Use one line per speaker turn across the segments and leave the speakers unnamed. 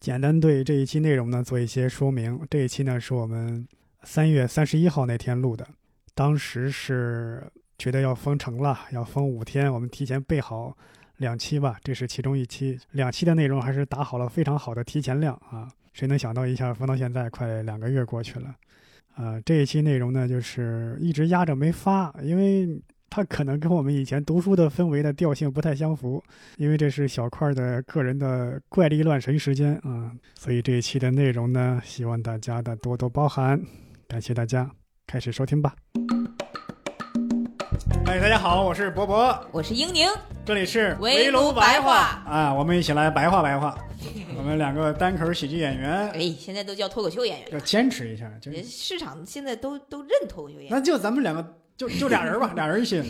简单对这一期内容呢做一些说明。这一期呢是我们三月三十一号那天录的，当时是觉得要封城了，要封五天，我们提前备好两期吧，这是其中一期。两期的内容还是打好了非常好的提前量啊！谁能想到一下封到现在快两个月过去了，呃，这一期内容呢就是一直压着没发，因为它可能跟我们以前读书的氛围的调性不太相符。因为这是小块儿的个人的怪力乱神时间啊、所以这一期的内容呢，希望大家的多多包涵，感谢大家，开始收听吧。哎，大家好，我是博博，
我是英宁，
这里是
围
炉
炉白
话
话
啊，我们一起来白话白话，我们两个单口喜剧演员
哎，现在都叫脱口秀演员
要坚持一下，
嗯
就
了，市场现在都都认脱口秀演员。
那就咱们两个就就俩人吧，俩人一起，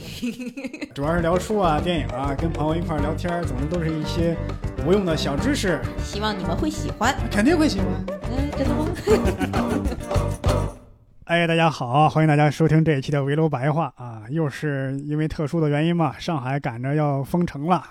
主要是聊书啊、电影啊，跟朋友一块儿聊天儿，总之都是一些无用的小知识，
嗯
希望你们会喜欢。
肯定会喜欢。
嗯，真的吗？
哎，大家好，欢迎大家收听这一期的围炉白话啊！又是因为特殊的原因嘛，上海赶着要封城了，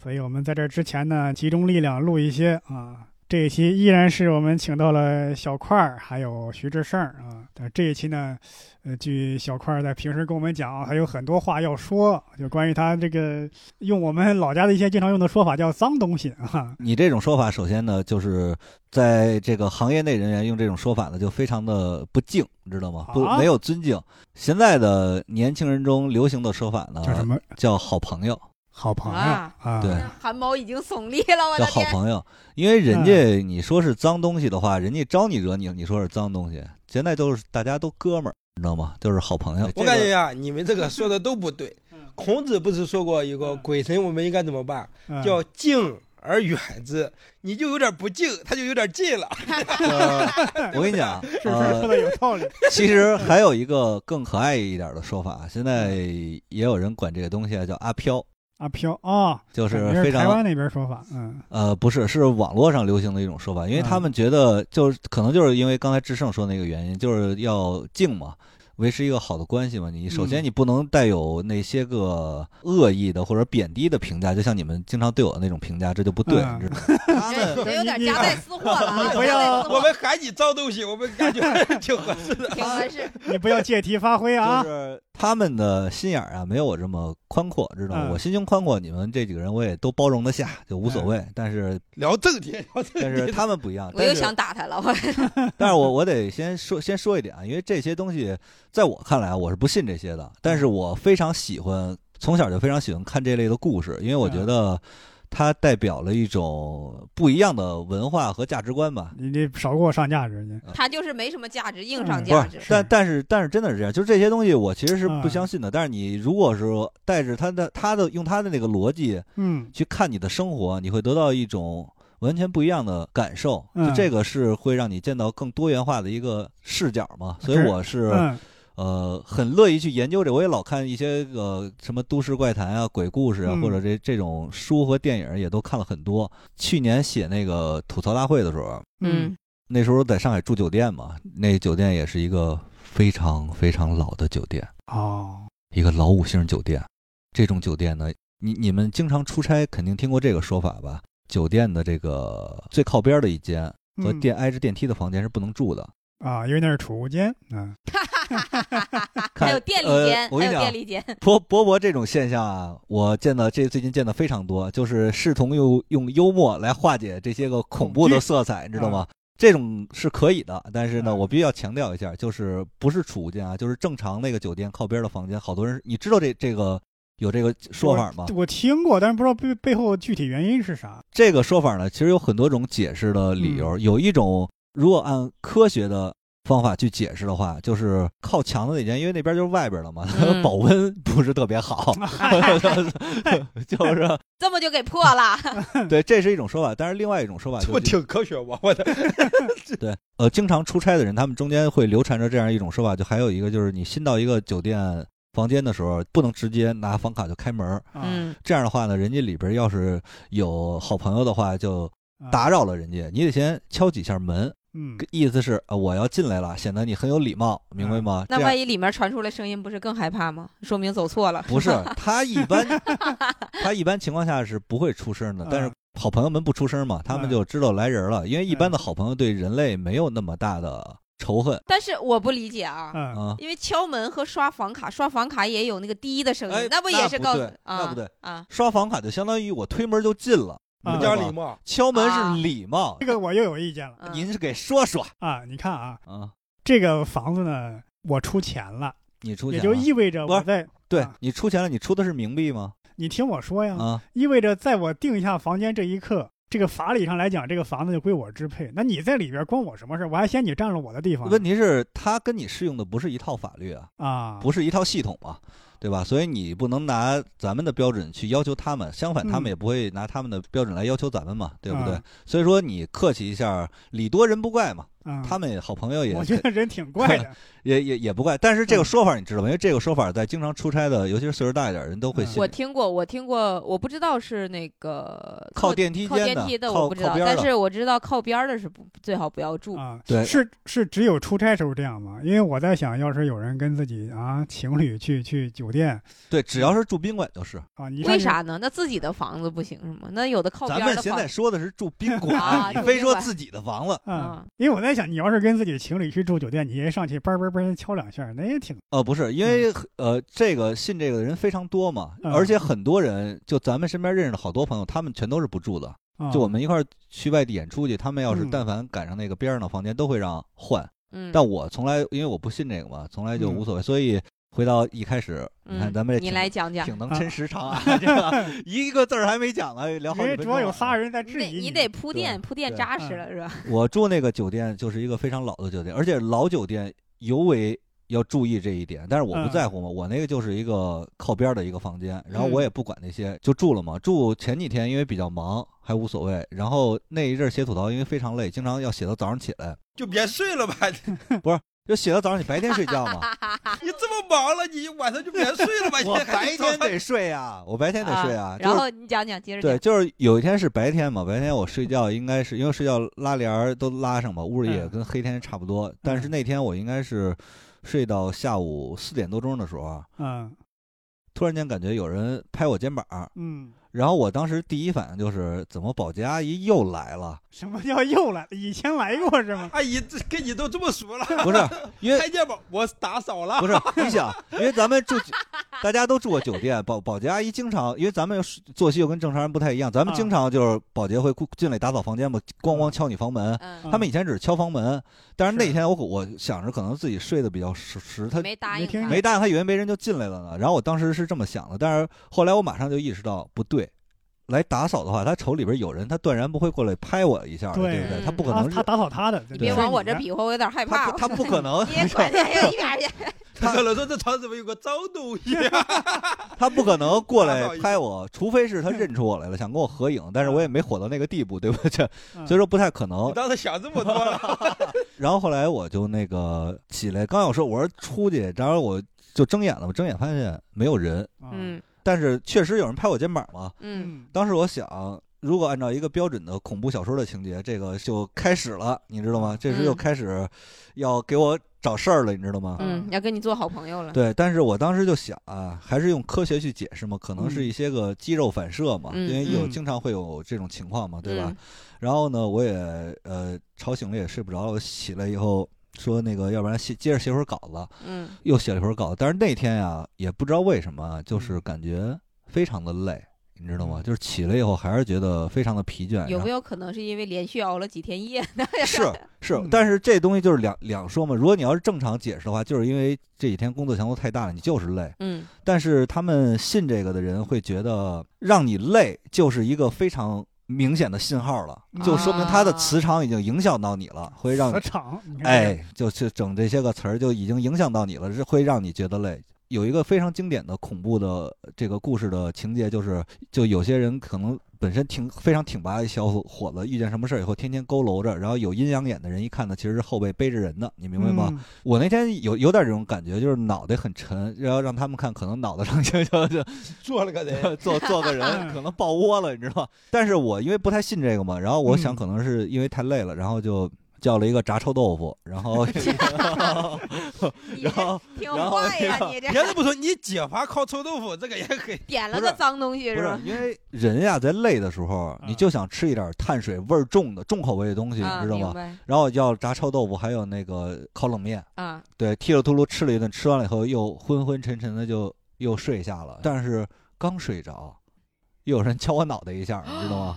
所以我们在这之前呢，集中力量录一些啊。这一期依然是我们请到了小块儿，还有徐志胜啊。但这一期呢，呃，据小块儿在平时跟我们讲啊，他有很多话要说，就关于他这个用我们老家的一些经常用的说法叫“脏东西”啊。
你这种说法，首先呢，就是在这个行业内人员用这种说法呢，就非常的不敬，知道吗？不
啊，
没有尊敬。现在的年轻人中流行的说法呢，
叫什么
叫好朋友，
好朋友
啊
啊？
对
汗毛已经耸立了，我
叫
的
好
天！
朋友。因为
嗯
人家你说是脏东西的话，人家招你惹你，你说是脏东西。现在就是大家都哥们儿，你知道吗？就是好朋友。
啊我感觉呀、你们这个嗯说的都不 对。孔子不是说过一个鬼神，我们应该怎么办？
嗯
叫敬而远之。你就有点不敬，他就有点近了。
呃 我跟你讲，
是不是
呃
说，的有道理？
其实还有一个更可爱一点的说法，现在也有人管这个东西啊叫阿飘，
阿飘啊，
就
感
是
觉
非
台
常
湾那边说法，嗯
呃，不是，是网络上流行的一种说法，因为他们觉得就是、可能就是因为刚才志胜说那个原因，就是要敬嘛，维持一个好的关系嘛。你首先
嗯
你不能带有那些个恶意的或者贬低的评价，就像你们经常对我的那种评价，这就不对，
嗯
你知道吗？他们
这哎有点夹带私货了啊！
你不要
夹带私货
我们喊你脏东西，我们感觉 还是挺合适的。
挺合 适。
你不要借题发挥啊
就，是 他们的心眼儿啊，没有我这么宽阔，知道吗？
嗯
我心胸宽阔，你们这几个人我也都包容得下，就无所谓。但是
聊正 题，聊正题。
但是他们不一样，
我
但
又
是
想打他了， 我
但是我我得先说先说一点啊，因为这些东西在我看来啊我是不信这些的，但是我非常喜欢，从小就非常喜欢看这类的故事，因为我
嗯
觉得它代表了一种不一样的文化和价值观吧。
你这少给我上价值去。
他就是没什么价值，硬上
嗯
不
价
是
值。，
但但是但是真的是这样，就是这些东西我其实是
嗯
不相信的。但是你如果是带着他的他的用他的那个逻辑
嗯，
去看你的生活，你会得到一种完全不一样的感受。
嗯
就这个是会让你见到更多元化的一个视角嘛。所以
是
我是
嗯
呃，很乐意去研究这。我也老看一些呃什么都市怪谈啊、鬼故事啊，
嗯
或者这这种书和电影儿也都看了很多。去年写那个吐槽大会的时候，
嗯，
那时候在上海住酒店嘛，那酒店也是一个非常非常老的酒店，
哦，
一个老五星酒店。这种酒店呢，你你们经常出差肯定听过这个说法吧？酒店的这个最靠边儿的一间和
嗯
电挨着电梯的房间是不能住的。
啊，因为那是储物间，嗯，
看
还有电力
呃
间，
我
还
跟
有
你
电
讲
力间，
博博博这种现象啊，我见到这最近见的非常多，就是试图用用幽默来化解这些个恐怖
恐
的
惧
色彩，你知道
嗯
吗？这种是可以的，但是呢，
嗯
我必须要强调一下，就是不是储物间啊，就是正常那个酒店靠边的房间，好多人你知道这这个有这个说法吗？
我听过，但是不知道背背后具体原因是啥。
这个说法呢，其实有很多种解释的理由，有一种如果按科学的。方法去解释的话，就是靠墙的那间，因为那边就是外边了嘛，
嗯
保温不是特别好，就是
这么就给破
啊
了。
对，这是一种说法，但是另外一种说法
这
就
不
是，
挺科学吗？我的
对，呃，经常出差的人，他们中间会流传着这样一种说法，就还有一个就是，你新到一个酒店房间的时候，不能直接拿房卡就开门儿，
啊，
嗯，
这样的话呢，人家里边要是有好朋友的话，就
啊
打扰了人家，你得先敲几下门，
嗯，
意思是啊，我要进来了，显得你很有礼貌，明
嗯
白吗？
那
这样
万一里面传出来声音，不是更害怕吗？说 明走错了。
不是他一般，他一般情况下是不会出声的，但是
啊
好朋友们不出声嘛，他们
嗯
就知道来人了，因为一般的好朋友对人类没有那么大的仇恨
但是我不理解啊，
嗯，
啊。
因为敲门和刷房卡，刷房卡也有那个滴的声
哎
音，不也
那
是
不
告诉
对
啊
那不对
啊？
刷房卡就相当于我推门就进了，
啊
不
知道
讲
吗
礼貌，
敲门
啊
是礼貌
这，个我又有意见了
嗯
您是给说说
啊！你看啊，
啊？
这个房子呢，我出钱了，
你出
也
钱
就
了
意味着
不是
我在，
对
啊
你出钱了，你出的是冥币吗？
你听我说呀，
啊，
意味着在我定下房间这一刻，这个法理上来讲，这个房子就归我支配。那你在里边关我什么事儿？我还嫌你占了我的地方呢
问题是他跟你适用的不是一套法律啊，
啊？
不是一套系统啊，对吧？所以你不能拿咱们的标准去要求他们，相反
嗯
他们也不会拿他们的标准来要求咱们嘛，对
啊
不对
嗯？
所以说你客气一下，礼多人不怪嘛，
啊
嗯，
他们也好朋友也
我觉得人挺怪 的
也也也不怪，但是
嗯
这个说法你知道吗？因为这个说法在经常出差的，尤其是岁数大一点的人都会信
啊我，听过，我听过，我不知道是那个
靠电梯
靠
间
电
的
梯，的
靠
我不知道
靠，边
但
的，
是我知道靠边儿的是不最好不要住。
啊。
对
是是只有出差时候这样吗？因为我在想，要是有人跟自己啊情侣去去酒店
对，只要是住宾馆就是。
啊，你看
为
你
啥呢？那自己的房子不行是吗？那有的靠
咱
边儿
们
的
现
房
在说的是住宾
啊
馆，你
住
非
宾
说
馆
自己的房子，
啊
啊，
因为我在想，你要是跟自己的情侣去住酒店，你一上去叭叭叭敲两下，那也挺
呃，不是，因为呃，这个信这个的人非常多嘛，
嗯
而且很多人就咱们身边认识的好多朋友，他们全都是不住的。
啊
就我们一块儿去外地演出去，他们要是
嗯
但凡赶上那个边上的房间，都会让换。
嗯，
但我从来因为我不信这个嘛，从来就
嗯
无所谓。所以回到一开始，你看
嗯
咱们这
你
挺
来讲讲，
挺能
啊
抻时长啊， 这个一个字儿还没讲呢，聊好
因
几
为
分钟啊
主要有
了
仨人在
你
质
得
疑
你得铺垫铺垫
对
扎实
嗯
了是吧？
我住那个酒店就是一个非常老的酒店，而且老酒店尤为要注意这一点。但是
嗯
我不在乎嘛，我那个就是一个靠边的一个房间，然后
嗯
我也不管那些，就住了嘛。住前几天因为比较忙还无所谓，然后那一阵儿写吐槽，因为非常累，经常要写到早上起来，
就别睡了吧。
就写到早上起白天睡觉嘛。
你这么忙了，你晚上就别睡 了吧。你
我
还
白天得睡啊，我白天得睡 啊，
然
就是
后你讲讲，接着
对，
讲。
就是有一天是白天嘛，白天我睡觉应该是因为睡觉拉帘儿都拉上嘛，屋里也
嗯
跟黑天差不多。但是那天我应该是睡到下午四点多钟的时候啊，
嗯
突然间感觉有人拍我肩膀儿，
嗯，
然后我当时第一反应就是怎么保洁阿姨又来了？
什么叫又来？以前来过是 吗？啊
阿姨，这跟哎你都这么熟 了，
不是，因为
拍肩膀，我打扫了
不。是你想，因为咱们住酒。大家都住过酒店，保保洁阿姨经常，因为咱们又是作息又跟正常人不太一样，咱们
啊
经常就是保洁会进来打扫房间嘛，咣咣敲你房门，
嗯，
啊
他们以前只是敲房门，但是
是
那天我我想着可能自己睡得比较实实，他
没答
没
应
听
他
没答应，他以为没人就进来了呢。然后我当时是这么想的，但是后来我马上就意识到不对。来打扫的话，他瞅里边有人，他断然不会过来拍我一下的，
对
对不对？
嗯
他不可
啊
能，
他打扫他的，
你
对
别
吧
往我这
你啊
比划，我有点害
他
怕
不。他不可能，
你也滚去一边儿
啊
去！
他可能说这床怎么有个脏东西 啊？
他不可能过
打
来
扫一下
拍我，除非是他认出我来了，想跟我合影，但是我也没火到那个地步，对吧？这
嗯
所以说不太可能
你。当时想这么多 了，
然后后来我就那个起来，刚要说我说出去，然后我就睁眼了，我睁眼发现没有人，
啊
嗯
但是确实有人拍我肩膀嘛。
嗯，
嗯
当时我想，如果按照一个标准的恐怖小说的情节，这个就开始了，你知道吗？这时
嗯
又开始要给我找事儿了，你知道吗？
嗯，要跟你做好朋友了。
对，但是我当时就想啊，还是用科学去解释嘛，可能是
嗯
一些个肌肉反射嘛，
嗯
因为有
嗯
经常会有这种情况嘛，对吧？
嗯？
然后呢，我也呃吵醒了，也睡不着了，我起来以后说那个，要不然写接着写会儿稿子，
嗯，
又写了一会儿稿子，但是那天呀、也不知道为什么啊，就是感觉非常的累，你知道吗？
嗯
就是起来以后还是觉得非常的疲
有
倦。哎然后
没有可能是因为连续熬了几天夜？
是是
嗯，
但是这东西就是两两说嘛。如果你要是正常解释的话，就是因为这几天工作强度太大了，你就是累。
嗯，
但是他们信这个的人会觉得，让你累就是一个非常明显的信号了，就说明他的
啊
磁场已经影响到你了，会让你
磁场，你看这个，
哎，就是整这些个词儿就已经影响到你了，是会让你觉得累。有一个非常经典的恐怖的这个故事的情节，就是就有些人可能本身挺非常挺拔的小伙子，遇见什么事儿以后天天佝偻着，然后有阴阳眼的人一看呢，其实是后背背着人的，你明白吗？
嗯？
我那天有有点这种感觉，就是脑袋很沉，然后让他们看，可能脑袋上就就 就
做了个人，
做做个
嗯
人，可能抱窝了，你知道吗？但是我因为不太信这个嘛，然后我想
嗯
可能是因为太累了，然后就叫了一个炸臭豆腐，然 后
你
然
这
后
挺
然后
坏呀
那，个
你这
别的不说，你姐夫靠臭豆腐，这个也可以。
点了
不
个
是
脏东西
不是
吧？
因为人呀，在累的时候，
嗯
你就想吃一点碳水味儿重的、重口味的东西，你
啊，
知道
明
吗？
白
然后要炸臭豆腐，还有那个烤冷面，
啊，
对，踢了秃噜吃了一顿，吃完了以后又昏昏沉沉的就又睡下了。但是刚睡着，又有人敲我脑袋一下，你知道吗？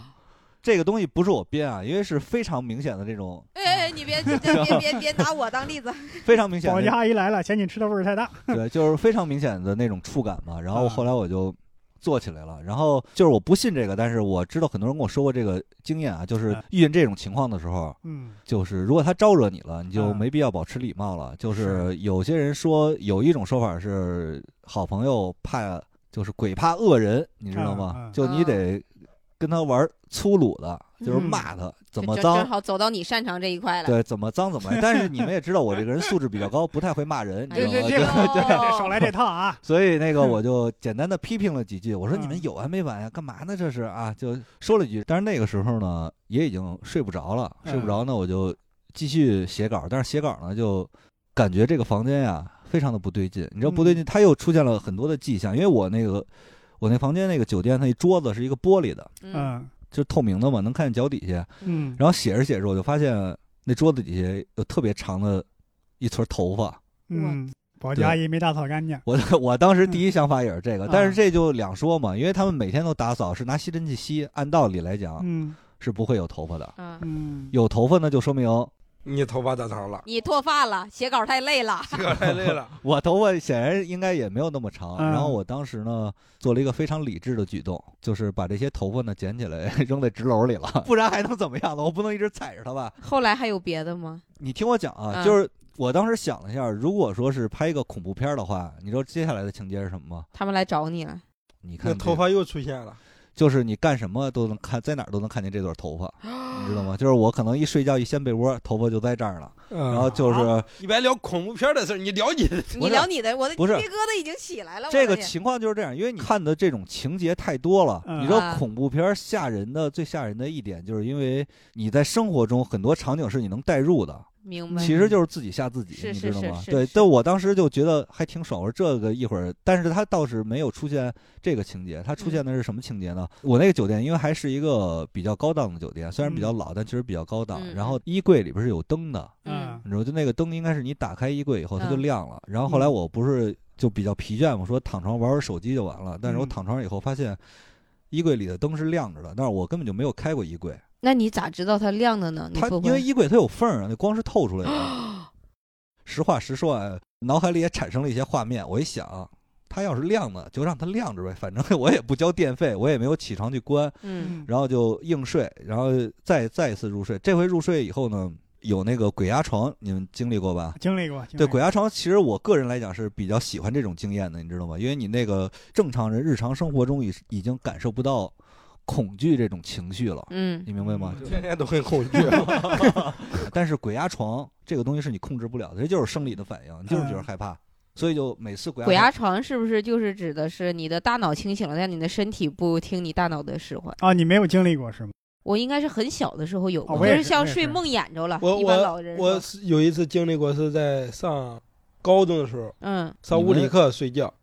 这个东西不是我编啊，因为是非常明显的这种，
哎哎，你别别别别别拿我当例子，
非常明显
保洁
的，
阿姨来了，嫌你吃的味儿太大。
对，就是非常明显的那种触感嘛。然后
啊
后来我就做起来了，然后就是我不信这个，但是我知道很多人跟我说过这个经验啊，就是
啊
遇见这种情况的时候，
嗯
就是如果他招惹你了，你就
啊
没必要保持礼貌了。就是有些人说有一种说法是，好朋友怕就是鬼怕恶人，你知道
啊
吗
啊？
就
嗯
你得跟他玩粗鲁的，就是
嗯
骂他怎
就
么
正正
脏。
好走到你擅长这一块了。
对，怎么 脏怎么来。但是你们也知道，我这个人素质比较高，不太会骂人，你
哎
知
这
道吗？
这
呦
这个
哦
少来这套啊！
所以那个我就简单的批评了 几句，我说
嗯
你们有完没完呀？干嘛呢？这是啊，就说了一句。但是那个时候呢，也已经睡不着了，
嗯
睡不着呢，我就继续写稿。但是写稿呢，就感觉这个房间呀，非常的不对劲。你知道
嗯
不对劲，它又出现了很多的迹象，因为我那个我那房间那个酒店，它一桌子是一个玻璃的，
嗯
嗯
就是透明的嘛，能看见脚底下。
嗯，
然后写着写着，我就发现那桌子底下有特别长的一撮头发。
嗯，保洁阿姨没打扫干净。
我我当时第一想法也是这个，
嗯
但是这就两说嘛，因为他们每天都打扫，是拿吸尘器吸，按道理来讲
嗯
是不会有头发的。
嗯，
嗯，
有头发呢，就说明
你头发咋长了？
你脱发了，写稿太累了。
这个太累了。
我头发显然应该也没有那么长。
嗯
然后我当时呢，做了一个非常理智的举动，就是把这些头发呢捡起来 扔在纸篓里了，不然还能怎么样呢？我不能一直踩着它吧？
后来还有别的吗？
你听我讲啊，
嗯
就是我当时想了一下，如果说是拍一个恐怖片儿的话，你知道接下来的情节是什么吗？
他们来找你了，
你看
那
这
头发又出现了，
就是你干什么都能看，在哪儿都能看见这撮 头发，你知道吗？就是我可能一睡觉一掀被窝，头发就在这儿了。然
然
后
啊
就是
一般聊恐怖片的事儿，你了解的
你聊你的，我的鸡
不
皮
是
疙瘩已经起来了。
这
我
个
的天
情况就是这样，因为你看的这种情节太多了。
嗯
你知道
啊
恐怖片儿吓人的最吓人的一点，就是因为你在生活中很多场景是你能代入的，
明白，
其实就是自己吓自
嗯
己，
是
你
是
知道
是
吗？
是
对，
是
但我当时就觉得还挺爽，我说这个一会儿，但是它倒是没有出现这个情节，
嗯
它出现的是什么情节呢？我那个酒店因为还是一个比较高档的酒店，虽然比较老，但确实比较高档。
嗯
然后衣柜里边是有灯的，
嗯
嗯
你知道，就那个灯应该是你打开衣柜以后它就
嗯
亮了。然后后来我不是就比较疲倦嘛，我说躺床玩玩手机就完了，但是我
嗯
躺床以后发现。衣柜里的灯是亮着的，但是我根本就没有开过衣柜，
那你咋知道它亮的呢？你
它
会不
因为
会？
衣柜它有缝儿啊，那光是透出来的。实话实说啊，脑海里也产生了一些画面。我一想，它要是亮的，就让它亮着呗，反正 我也不交电费，我也没有起床去关，
嗯，
然后就硬睡，然后再再一次入睡。这回入睡以后呢，有那个鬼压床，你们经历过吧？
经历过，经历
对
过
鬼压床，其实我个人来讲是比较喜欢这种经验的，你知道吗？因为你那个正常人日常生活中已已经感受不到恐惧这种情绪了，
嗯
你明白吗？
嗯
天天都很 恐惧。
但是鬼压床这个东西是你控制不了的，这就是生理的反应，你就是觉得害怕，所以就每次鬼压
嗯鬼
床
压床是不是就是指的是你的大脑清醒了，但你的身体不听你大脑的使唤？
啊，你没有经历过是吗？
我应该是很小的时候有过，
啊我
就
也
是
是
像
我也
睡
是
梦魇着了。
我
一般
我
老人
我
说
是有一次经历过，是在上高中的时候，
嗯，
上物理课睡觉，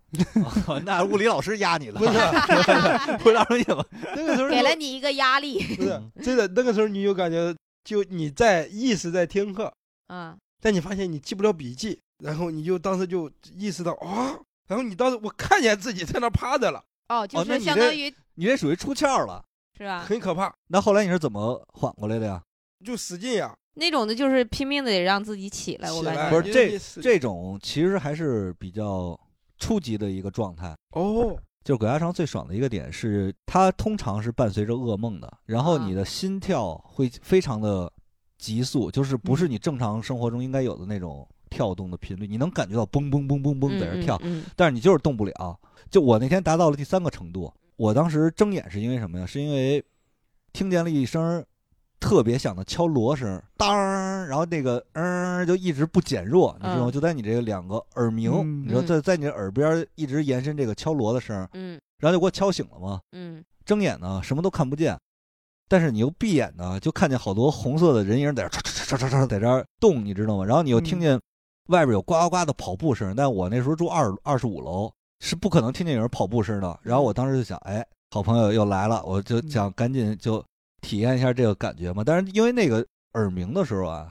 那物理老师压你了
不，是
不让你了。
那个时候
给
就
了你一个压力
不是真的，那个时候你就感觉就你在意识在听课，
啊，
但你发现你记不了笔记，然后你就当时就意识到啊，然后你当时我看见自己在那趴着了，
哦，就
哦那
是
你
相
这
当于、
你这属于出窍了。
是吧？
很可怕，
那后来你是怎么缓过来的呀？
就使劲呀，
那种的就是拼命的得让自己起来，我
起
感
来
觉嗯
不是
因
这
为你使
这种其实还是比较初级的一个状态。
哦，
就是鬼压床最爽的一个点是，它通常是伴随着噩梦的，然后
啊
你的心跳会非常的急速，就是不
嗯
是你正常生活中应该有的那种跳动的频率，你能感觉到嘣嘣嘣嘣嘣在那跳，
嗯嗯
但是你就是动不了。就我那天达到了第三个程度，我当时睁眼是因为什么呀？是因为听见了一声特别响的敲锣声，当儿，然后那个嗯、就一直不减弱，你知道吗？
嗯
就在你这个两个耳鸣，
嗯
你知道
嗯
在在你的耳边一直延伸这个敲锣的声，
嗯
然后就给我敲醒了嘛。
嗯
睁眼呢，什么都看不见，但是你又闭眼呢，就看见好多红色的人影在这唰唰唰唰唰在这儿动，你知道吗？然后你又听见外边有呱呱呱的跑步声，但我那时候住二二十五楼，是不可能听见有人跑步声的。然后我当时就想，哎，好朋友又来了，我就想赶紧就体验一下这个感觉嘛。但是因为那个耳鸣的时候啊，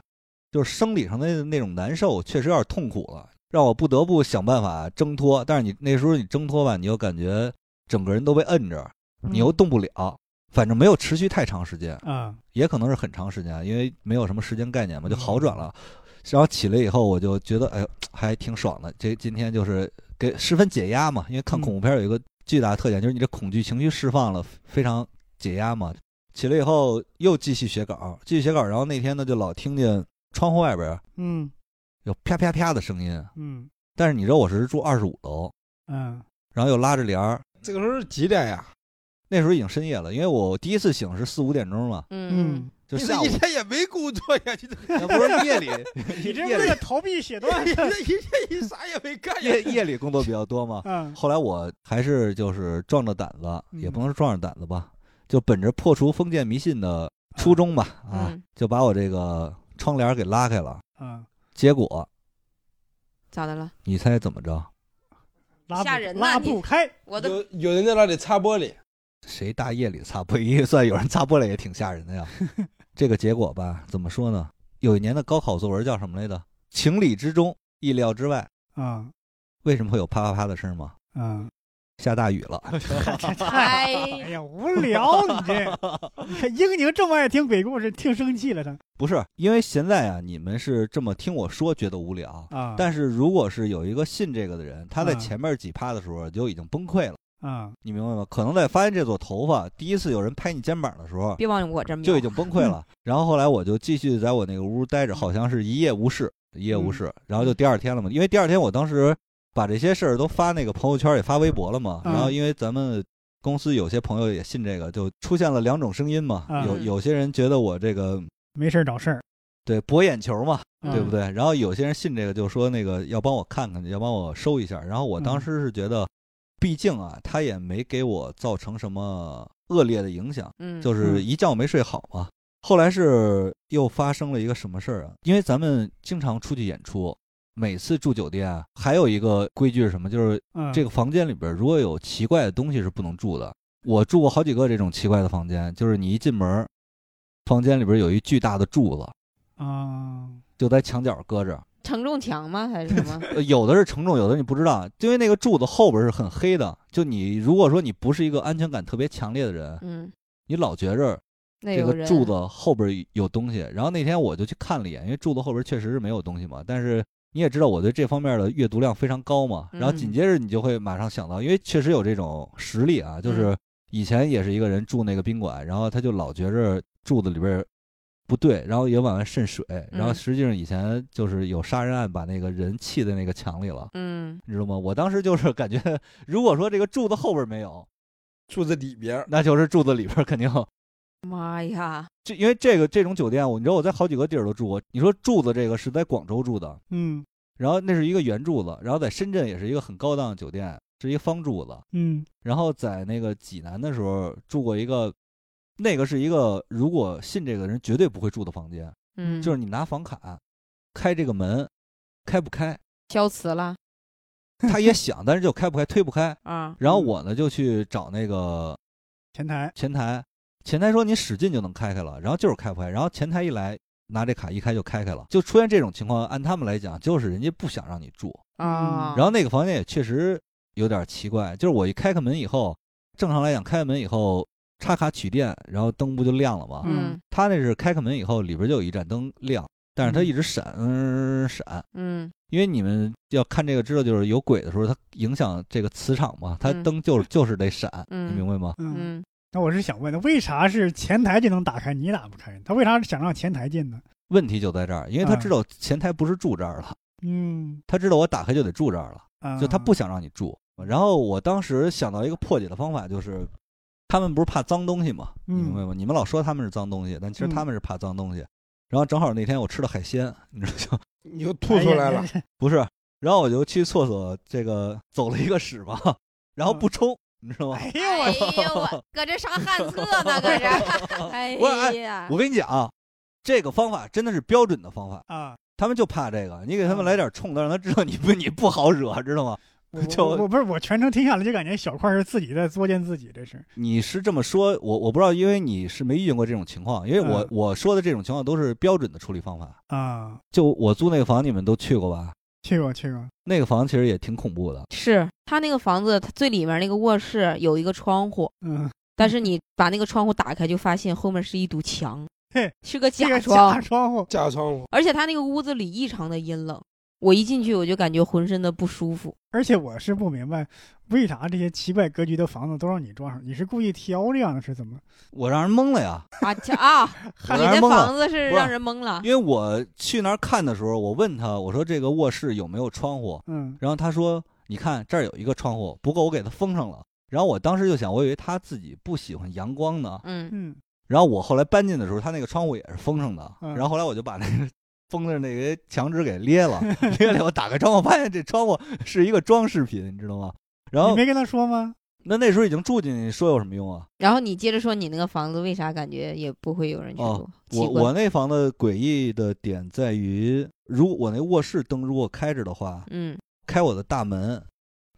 就是生理上的那种难受，确实有点痛苦了，让我不得不想办法挣脱。但是你那时候你挣脱吧，你又感觉整个人都被摁着，
嗯
嗯
你又动不了，反正没有持续太长时间。
啊，
也可能是很长时间，啊因为没有什么时间概念嘛，就
嗯
好转了。然后起来以后，我就觉得哎呦还挺爽的。这今天就是给十分解压嘛，因
嗯
为看恐怖片有一个巨大的特点，就是你这恐惧情绪释放了，非常解压嘛。起来以后又继续写稿，继续写稿，然后那天呢就老听见窗户外边
嗯
有啪啪啪的声音，
嗯
但是你知道我是住二十五楼，
嗯
然后又拉着帘儿，
这个时候是几点呀？
那时候已经深夜了，因为我第一次醒是四五点钟嘛，
嗯，
就
你这
下午
一，天也没工作呀， 你这
那不是夜里，
你这
夜
为
里
了逃避写 段
你
子，
这一天你啥也没干呀
夜？夜里工作比较多嘛，
嗯
后来我还是就是壮着胆子，
嗯
也不能说壮着胆子吧，就本着破除封建迷信的初衷吧，啊，
嗯
就把我这个窗帘给拉开了。
嗯，
结果
咋的了？
你猜怎么着？
拉不
吓人呐
拉
你
不开，
我的
有有人在那里擦玻璃，
谁大夜里擦玻璃？ 算有人擦玻璃也挺吓人 的呀。这个结果吧，怎么说呢？有一年的高考作文叫什么来着？情理之中，意料之外。
嗯
为什么会有啪啪啪的声吗？
嗯，
下大雨了。
哎
哎 呀，无聊你这，你看英宁这么爱听鬼故事，听生气了他
不是，因为现在啊，你们是这么听我说觉得无聊，
啊，
但是如果是有一个信这个的人，他在
嗯
前面几趴的时候就已经崩溃了，
啊
你明白吗？可能在发现这撮头发，第一次有人拍你肩膀的 时候
别往我这瞄，
就已经崩溃了。然后后来我就继续在我那个屋待着，好像是一夜无事，一夜无
嗯
事。然后就第二天了嘛，因为第二天我当时把这些事儿都发那个朋友圈，也发微博了嘛。
嗯
然后因为咱们。公司有些朋友也信这个，就出现了两种声音嘛。
嗯
有有些人觉得我这个
没事儿找事儿，
对博眼球嘛，
嗯
对不？对？然后有些人信这个，就说那个要帮我看看，要帮我收一下。然后我当时是觉得，毕竟啊，他也没给我造成什么恶劣的影响，
嗯，
就是一觉没睡好嘛。后来是又发生了一个什么事儿啊？因为咱们经常出去演出，每次住酒店啊还有一个规矩是什么？就是
嗯，
这个房间里边如果有奇怪的东西是不能住的。我住过好几个这种奇怪的房间，就是你一进门，房间里边有一巨大的柱子，
啊，
就在墙角搁着。
承重墙吗？还是什么？
呃，有的是承重，有的你不知道，因为那个柱子后边是很黑的。就你如果说你不是一个安全感特别强烈的人，
嗯，
你老觉着
那
这
有人
个柱子后边有东西。然后那天我就去看了一眼，因为柱子后边确实是没有东西嘛。但是你也知道我对这方面的阅读量非常高嘛。然后紧
嗯
接着你就会马上想到，因为确实有这种实例啊，
嗯
就是以前也是一个人住那个宾馆，然后他就老觉着柱子里边。不对，然后也往外渗水，然后
嗯
实际上以前就是有杀人案把那个人砌在那个墙里了，
嗯，
你知道吗？我当时就是感觉，如果说这个柱子后边没有，
住在里边儿，
那就是柱子里边肯定
妈呀，
这因为这个这种酒店，我你知道我在好几个地儿都住过。你说柱子这个是在广州住的，
嗯
然后那是一个圆柱子，然后在深圳也是一个很高档的酒店，是一个方柱子。
嗯
然后在那个济南的时候住过一个，那个是一个如果信这个人绝对不会住的房间，
嗯，
就是你拿房卡开这个门，开不开，
消磁了
他也响，但是就开不开，推不开。
啊，
然后我呢就去找那个
前台，
前台，前台说你使劲就能开开了，然后就是开不开，然后前台一来拿这卡一开就开开了，就出现这种情况，按他们来讲就是人家不想让你住，
啊，
嗯然后那个房间也确实有点奇怪，就是我一开开门以后，正常来讲开开门以后插卡取电，然后灯不就亮了吗？
嗯
他那是开开门以后里边就有一盏灯亮，但是它一直闪、嗯、闪。
嗯
因为你们要看这个知道，就是有鬼的时候，它影响这个磁场嘛，它
嗯
灯就是、就是得闪，你
嗯
明白吗？
嗯，
嗯，
那我是想问，那为啥是前台就能打开，你打不开？他为啥想让前台进呢？
问题就在这儿，因为他
啊
知道前台不是住这儿了，
嗯，
他知道我打开就得住这儿了，
啊
就他不想让你住。然后我当时想到一个破解的方法，就是他们不是怕脏东西嘛，你
嗯
明白吗？你们老说他们是脏东西，但其实
嗯
他们是怕脏东西。然后正好那天我吃了海鲜，你知 道就
你又吐出来 了
哎。呀
不是，然后我就去厕所这个走了一个屎嘛，然后不冲，你知道吗？
嗯哎呦
哎
我，
呦我，搁这上 旱厕呢，搁这儿，哎
我哎
呀，
我跟你讲啊，这个方法真的是标准的方法，
啊，
他们就怕这个，你给
嗯
他们来点冲的，让他知道你不你不好惹，知道吗？
我
就
我我不是我全程听下来就感觉小块儿是自己在作践自己，这是
你是这么说，我我不知道，因为你是没遇见过这种情况，因为我、
嗯
我说的这种情况都是标准的处理方法。
啊，
就我租那个房，你们都去过吧？
去过去过，
那个房其实也挺恐怖的，
是他那个房子，他最里面那个卧室有一个窗户，
嗯，
但是你把那个窗户打开，就发现后面是一堵墙
嘿，
是个
这
假
个
窗
假，窗户，
假窗户，
而且他那个屋子里异常的阴冷，我一进去我就感觉浑身的不舒 服。
而且我是不明白为啥这些奇怪格局的房子都让你装上，你是故意挑这样的是怎么？
我让人懵了呀！
啊这 啊！
我
你
让
那
人懵了，
房子是
不是
让人懵了
因为我去那儿看的时候，我问他，我说这个卧室有没有窗户？
嗯
然后他说，你看这儿有一个窗户，不过我给它封上了。然后我当时就想，我以为他自己不喜欢阳光呢。
嗯，
嗯
然后我后来搬进的时候，他那个窗户也是封上的。
嗯
然后后来我就把那个封的那个墙纸给裂了， 裂了以后打开窗户，发现这窗户是一个装饰品，你知道吗？然
你
后
没跟他说吗？
那那时候已经住进去，说有什么用啊？
然后你接着说你那个房子为啥感觉也不会有人去住？
哦
奇
我
怪
我那房的诡异的点在于，如果我那卧室灯如果开着的话，
嗯，
开我的大门，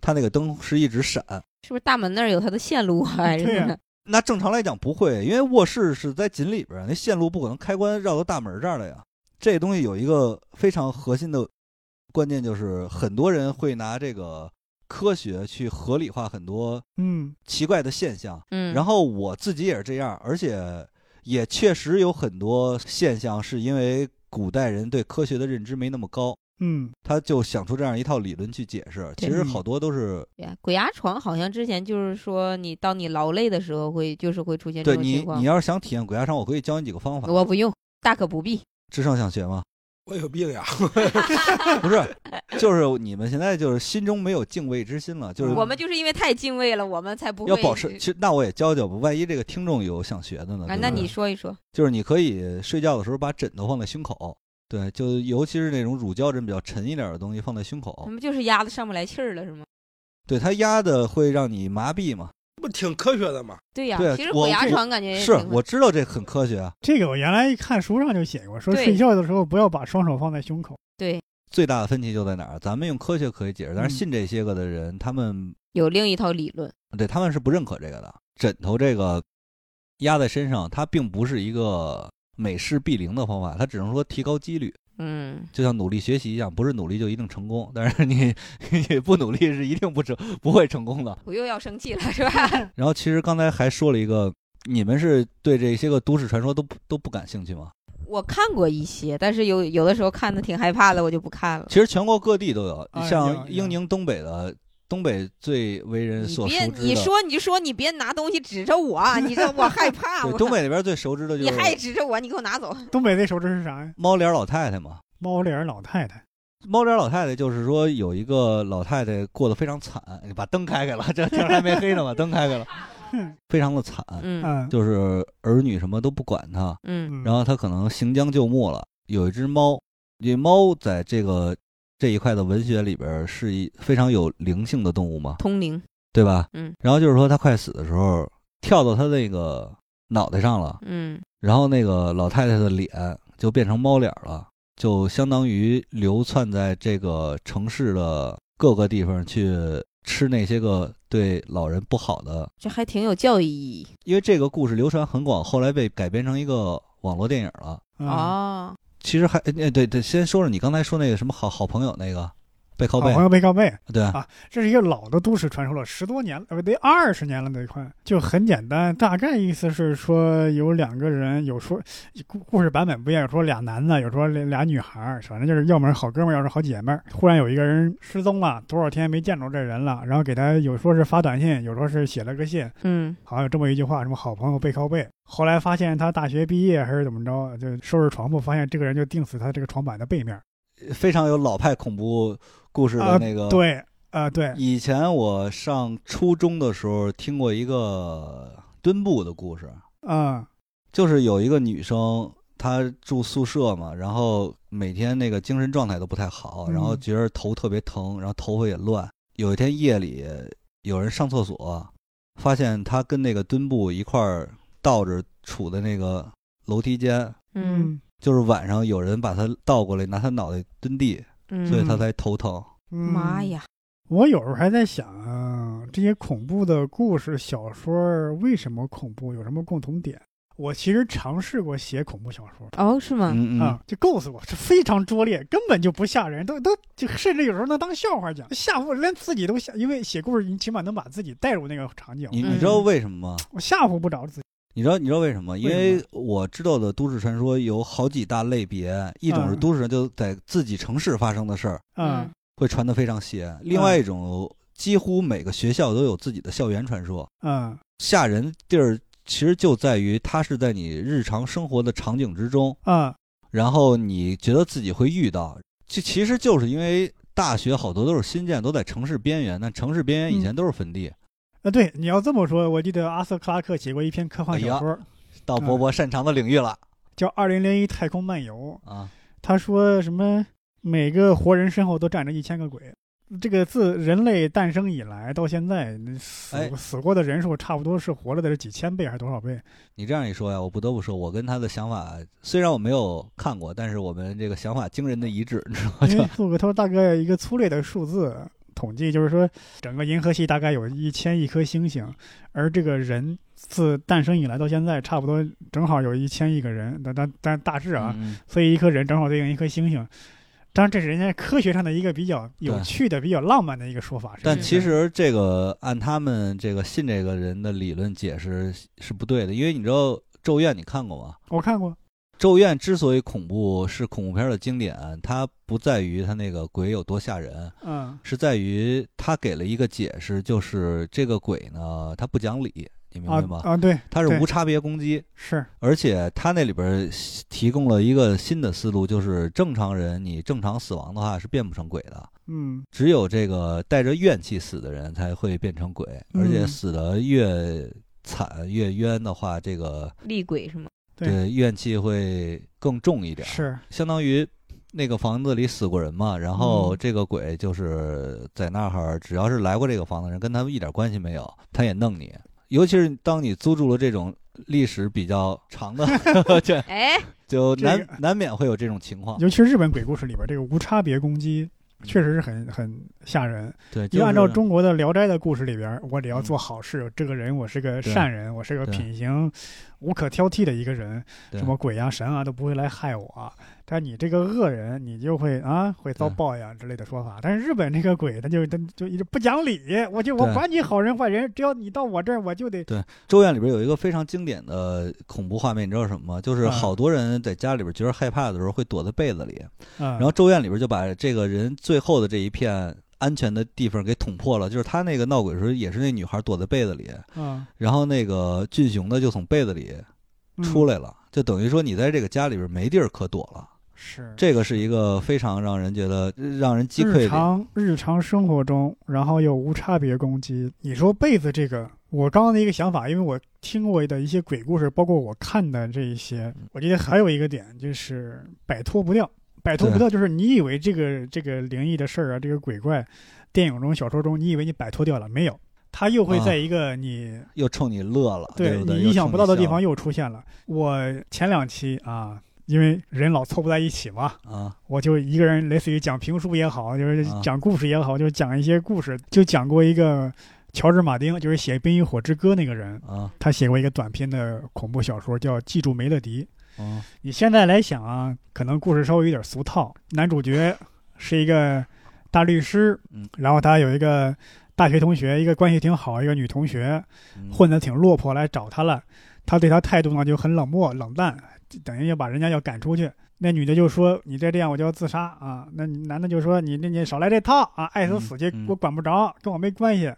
它那个灯是一直闪。
是不是大门那儿有它的线路啊？还是
对呀
什么
那正常来讲不会，因为卧室是在紧里边儿，那线路不可能开关绕到大门这儿来呀。这东西有一个非常核心的关键，就是很多人会拿这个科学去合理化很多
嗯
奇怪的现象。
嗯，
然后我自己也是这样，而且也确实有很多现象是因为古代人对科学的认知没那么高，
嗯，
他就想出这样一套理论去解释。其
对
实好多都是
呀鬼压床好像之前就是说你当你劳累的时候会就是会出现这
对
种
你
情，况
你。要是想体验鬼压床，我可以教你几个方法。
我不用，大可不必。
智商想学吗？
我有病呀！
不是，就是你们现在就是心中没有敬畏之心了，就
嗯
是
我们就是因为太敬畏了，我们才不会
要保持。其实那我也教教吧，万一这个听众有想学的
啊。
呢？对
那
不对哦
你说一说，
就是你可以睡觉的时候把枕头放在胸口，对，就尤其是那种乳胶枕比较沉一点的东西放在胸口
他，们就是压的上不来气儿了，是吗？
对它压的会让你麻痹嘛。
不挺科学的吗？
对呀、
对啊
其实
我
鬼压
我
床感觉也
是
挺
我知道这很科学，啊，
这个我原来看书上就写过，说
对
睡觉的时候不要把双手放在胸口。
对
最大的分歧就在哪儿？咱们用科学可以解释，但
嗯
是信这些个的人，他们
有另一套理论。
对他们是不认可这个的。枕头这个压在身上，它并不是一个美式避凌的方法，它只能说提高几率。
嗯，
就像努力学习一样，不是努力就一定成功，但是你 你不努力是一定不成不会成功的。
我又要生气了，是吧？
然后其实刚才还说了一个，你们是对这些个都市传说都不都不感兴趣吗？
我看过一些，但是有有的时候看的挺害怕的，我就不看了。
其实全国各地都有，
哎有
像
有
英宁东北的东北最为人
你
所
别
熟知
你
的，
说你就说你别拿东西指着我，啊你这我害怕。
对
我
东北那边最熟知的就
你还
是
指着我，你给我拿走。
东北那手指是啥呀？
猫脸老太太嘛。
猫脸老太太。
猫脸老太太就是说有一个老太太过得非常惨，你把灯开开了， 这天还没黑呢嘛， 灯开开了，非常的惨，
嗯
嗯，
就是儿女什么都不管她，
嗯，
然
后
后他可能行将就木了。有一只猫，这猫在这个这一块的文学里边儿是一非常有灵性的动物嘛，
通灵。
对吧？
嗯
然后就是说它快死的时候，跳到它那个脑袋上了，
嗯
然后那个老太太的脸就变成猫脸儿了，就相当于流窜在这个城市的各个地方去吃那些个对老人不好的。
这还挺有教育意义
因为这个故事流传很广，后来被改编成一个网络电影了。
啊，
哦。
其实还呃对对，先说说你刚才说那个什么好好朋友那个背靠
好
背，
朋友背靠背，
对啊，
啊这是一个老的都市传说了，十多年了，呃不对，二十年了得快。就很简单，大概意思是说有两个人，有说故故事版本不一样，有说俩男的，有说俩俩女孩儿，反正就是要么是好哥们儿，要是好姐妹儿。忽然有一个人失踪了，多少天没见着这人了，然后给他有说是发短信，有说是写了个信，
嗯
好像有这么一句话，什么好朋友背靠背。后来发现他大学毕业还是怎么着，就收拾床铺，发现这个人就钉死他这个床板的背面。
非常有老派恐怖故事的
啊
那个。，
对，啊、对，
以前我上初中的时候听过一个墩布的故事，
啊、
就是有一个女生。她住宿舍嘛，然后每天那个精神状态都不太好，然后
嗯
觉得头特别疼，然后头发也乱。有一天夜里有人上厕所，发现他跟那个墩布一块儿倒着杵的那个楼梯间，
嗯
就是晚上有人把他倒过来，拿他脑袋蹲地，
嗯，
所以他才头疼。
嗯，
妈！呀，
我有时候还在想啊，这些恐怖的故事、小说为什么恐怖？有什么共同点？我其实尝试过写恐怖小说。
哦是吗？
嗯嗯
啊，就告诉我是非常拙劣，根本就不吓人，都都就甚至有时候能当笑话讲，吓唬连自己都吓，因为写故事你起码能把自己带入那个场景，
你
嗯
你知道为什么吗？
我吓唬不着自己。
你知道你知道为什么？因
为什
为我知道的都市传说有好几大类别，一种是
嗯
都市人就在自己城市发生的事儿，
嗯
会传得非常邪；另外一种，几乎每个学校都有自己的校园传说。
嗯
吓人地儿其实就在于它是在你日常生活的场景之中，
嗯
然后你觉得自己会遇到，这其实就是因为大学好多都是新建，都在城市边缘。那城市边
嗯
缘以前都是坟地，
啊，对，你要这么说，我记得阿瑟克拉克写过一篇科
哎
幻小说，
到伯伯擅长的领域了、
叫《二零零一太空漫游
啊。》，
他说什么每个活人身后都站着一千个鬼。这个自人类诞生以来到现在，死、
哎
死过的人数差不多是活着的几千倍还是多少 倍？
你这样一说呀，我不得不说，我跟他的想法虽然我没有看过，但是我们这个想法惊人的一致，你知道吗？
因 为
就
做个头大概一个粗略的数字统计，就是说整个银河系大概有一千亿颗星星，而这个人自诞生以来到现在，差不多正好有一千亿个人，但但但大致啊，
嗯
所以一颗人正好对应一颗星星。当然，这是人家科学上的一个比较有趣的、比较浪漫的一个说法。是
但
不是
其实这个按他们这个信这个人的理论解释是不对的，因为你知道《咒怨》你看过吗？
我看过，
《咒怨》之所以恐怖是恐怖片的经典，它不在于它那个鬼有多吓人，
嗯
是在于它给了一个解释，就是这个鬼呢，它不讲理，你明
啊
白吗？
啊，对，
它是
对
无差别攻击，
是
而且它那里边儿提供了一个新的思路，就是正常人你正常死亡的话是变不成鬼的，
嗯
只有这个带着怨气死的人才会变成鬼，
嗯
而且死的越惨越冤的话，这个
厉鬼是吗？
对
对怨气会更重一点儿，
是
相当于。那个房子里死过人嘛，然后
嗯
这个鬼就是在那儿，只要是来过这个房子的人，跟他们一点关系没有，他也弄你。尤其是当你租住了这种历史比较长的 这
哎，
就
这个
难、难免会有这种情况。
尤其是日本鬼故事里边这个无差别攻击，确实是很很吓人。
对，
因
嗯就
为
是嗯
按照中国的《聊斋》的故事里边儿，我得要做好事。这个人，我是个善人，我是个
对
品行无可挑剔的一个人，
对
什么鬼呀、神啊都不会来害我。但你这个恶人，你就会啊会遭
对
报应之类的说法。但是日本这个鬼，他就他就一直不讲理，我就我
对
管你好人坏人，只要你到我这儿，我就得
咒怨里边有一个非常经典的恐怖画面，你知道是什么吗？就是
嗯
好多人在家里边觉得害怕的时候会躲在被子里，
嗯
然后咒怨里边就把这个人最后的这一片安全的地方给捅破了。就是他那个闹鬼的时候，也是那女孩躲在被子里，
嗯
然后那个俊雄呢就从被子里出
来
来了，就等于说你在这个家里边没地儿可躲了。
是
这个是一个非常让人觉得让人击溃
日
的
常日常生活中，然后又无差别攻击。你说被子这个，我刚刚的一个想法，因为我听过的一些鬼故事，包括我看的这一些，
嗯
我觉得还有一个点就是摆脱不掉，摆脱不掉就是你以为这个这个灵异的事儿啊，这个鬼怪，电影中、小说中，你以为你摆脱掉了，没有，它又会
啊
在一个你
又冲你乐了，对不对？
你意想不到的地方
又
又出现了。我前两期啊，因为人老凑不在一起嘛，
冲你笑啊，
我就一个人，类似于讲评书也好，就是
啊
讲故事也好，就是讲一些故事，就讲过一个乔治·马丁，就是写《冰与火之歌》那个人，
啊
他写过一个短篇的恐怖小说，叫《记住梅勒迪》。
啊
你现在来想啊，可能故事稍微有点俗套，男主角是一个大律师，
嗯
然后他有一个大学同学，一个关系挺好，一个女同学，
嗯
混得挺落魄来找他了，他对他态度呢就很冷漠冷淡，就等于要把人家要赶出去。那女的就说：“你再这样我就要自杀啊！”那男的就说：“你那你少来这套啊，爱死死去
嗯嗯
我管不着，跟我没关系。”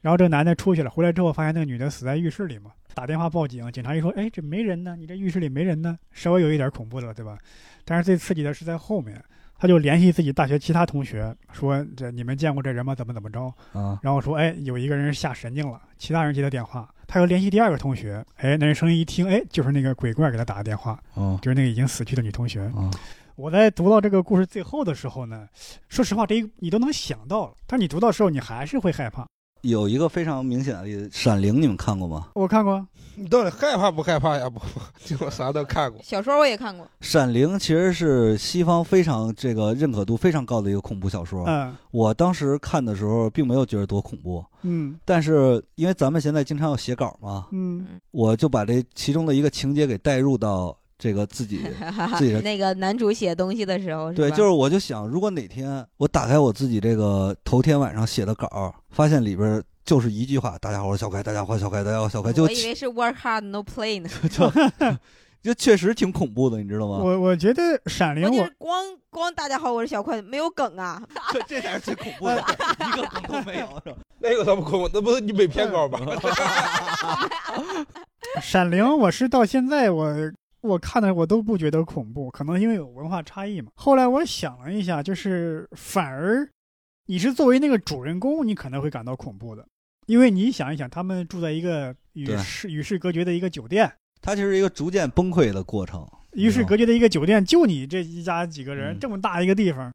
然后这男的出去了，回来之后发现那个女的死在浴室里嘛，打电话报警，警察一说：“哎，这没人呢，你这浴室里没人呢。”稍微有一点恐怖的了，对吧？但是最刺激的是在后面，他就联系自己大学其他同学说：“这你们见过这人吗？怎么怎么着？”
啊
然后说，哎，有一个人是吓神经了，其他人接的电话，他又联系第二个同学，哎，那人声音一听，哎，就是那个鬼怪给他打的电话，
啊
就是那个已经死去的女同学。
啊！
我在读到这个故事最后的时候呢，说实话，这一你都能想到了，但你读到的时候，你还是会害怕。
有一个非常明显的例子，《闪灵》你们看过吗？
我看过，
你到底害怕不害怕呀？不， 不我啥都看过。
小说我也看过，
《闪灵》其实是西方非常这个认可度非常高的一个恐怖小说。
嗯
我当时看的时候，并没有觉得多恐怖，
嗯
但是因为咱们现在经常要写稿嘛，
嗯
我就把这其中的一个情节给带入到这个 自己自己人
那个男主写东西的时候，
对，就是
是
我就想，如果哪天我打开我自己这个头天晚上写的稿，发现里边儿就是一句话：“大家好，我是小开，大家好，我是小开，大家好，我是小开”
吧
就
我以为是 work hard no play 呢，
就确实挺恐怖的，你知道吗？
我我觉得《闪灵
我》就
我
是光光大家好，我是小快，没有梗啊，
这这才是最恐怖的，一个梗都没有。是吧
那有什么恐怖？那不是你被骗稿吧？
《闪灵》我是到现在我我看的我都不觉得恐怖，可能因为有文化差异嘛。后来我想了一下，就是反而你是作为那个主人公，你可能会感到恐怖的，因为你想一想，他们住在一个与
对
世与世隔绝的一个酒店，
它其实是一个逐渐崩溃的过程。
与世隔绝的一个酒店，就你这一家几个人，
嗯
这么大一个地方。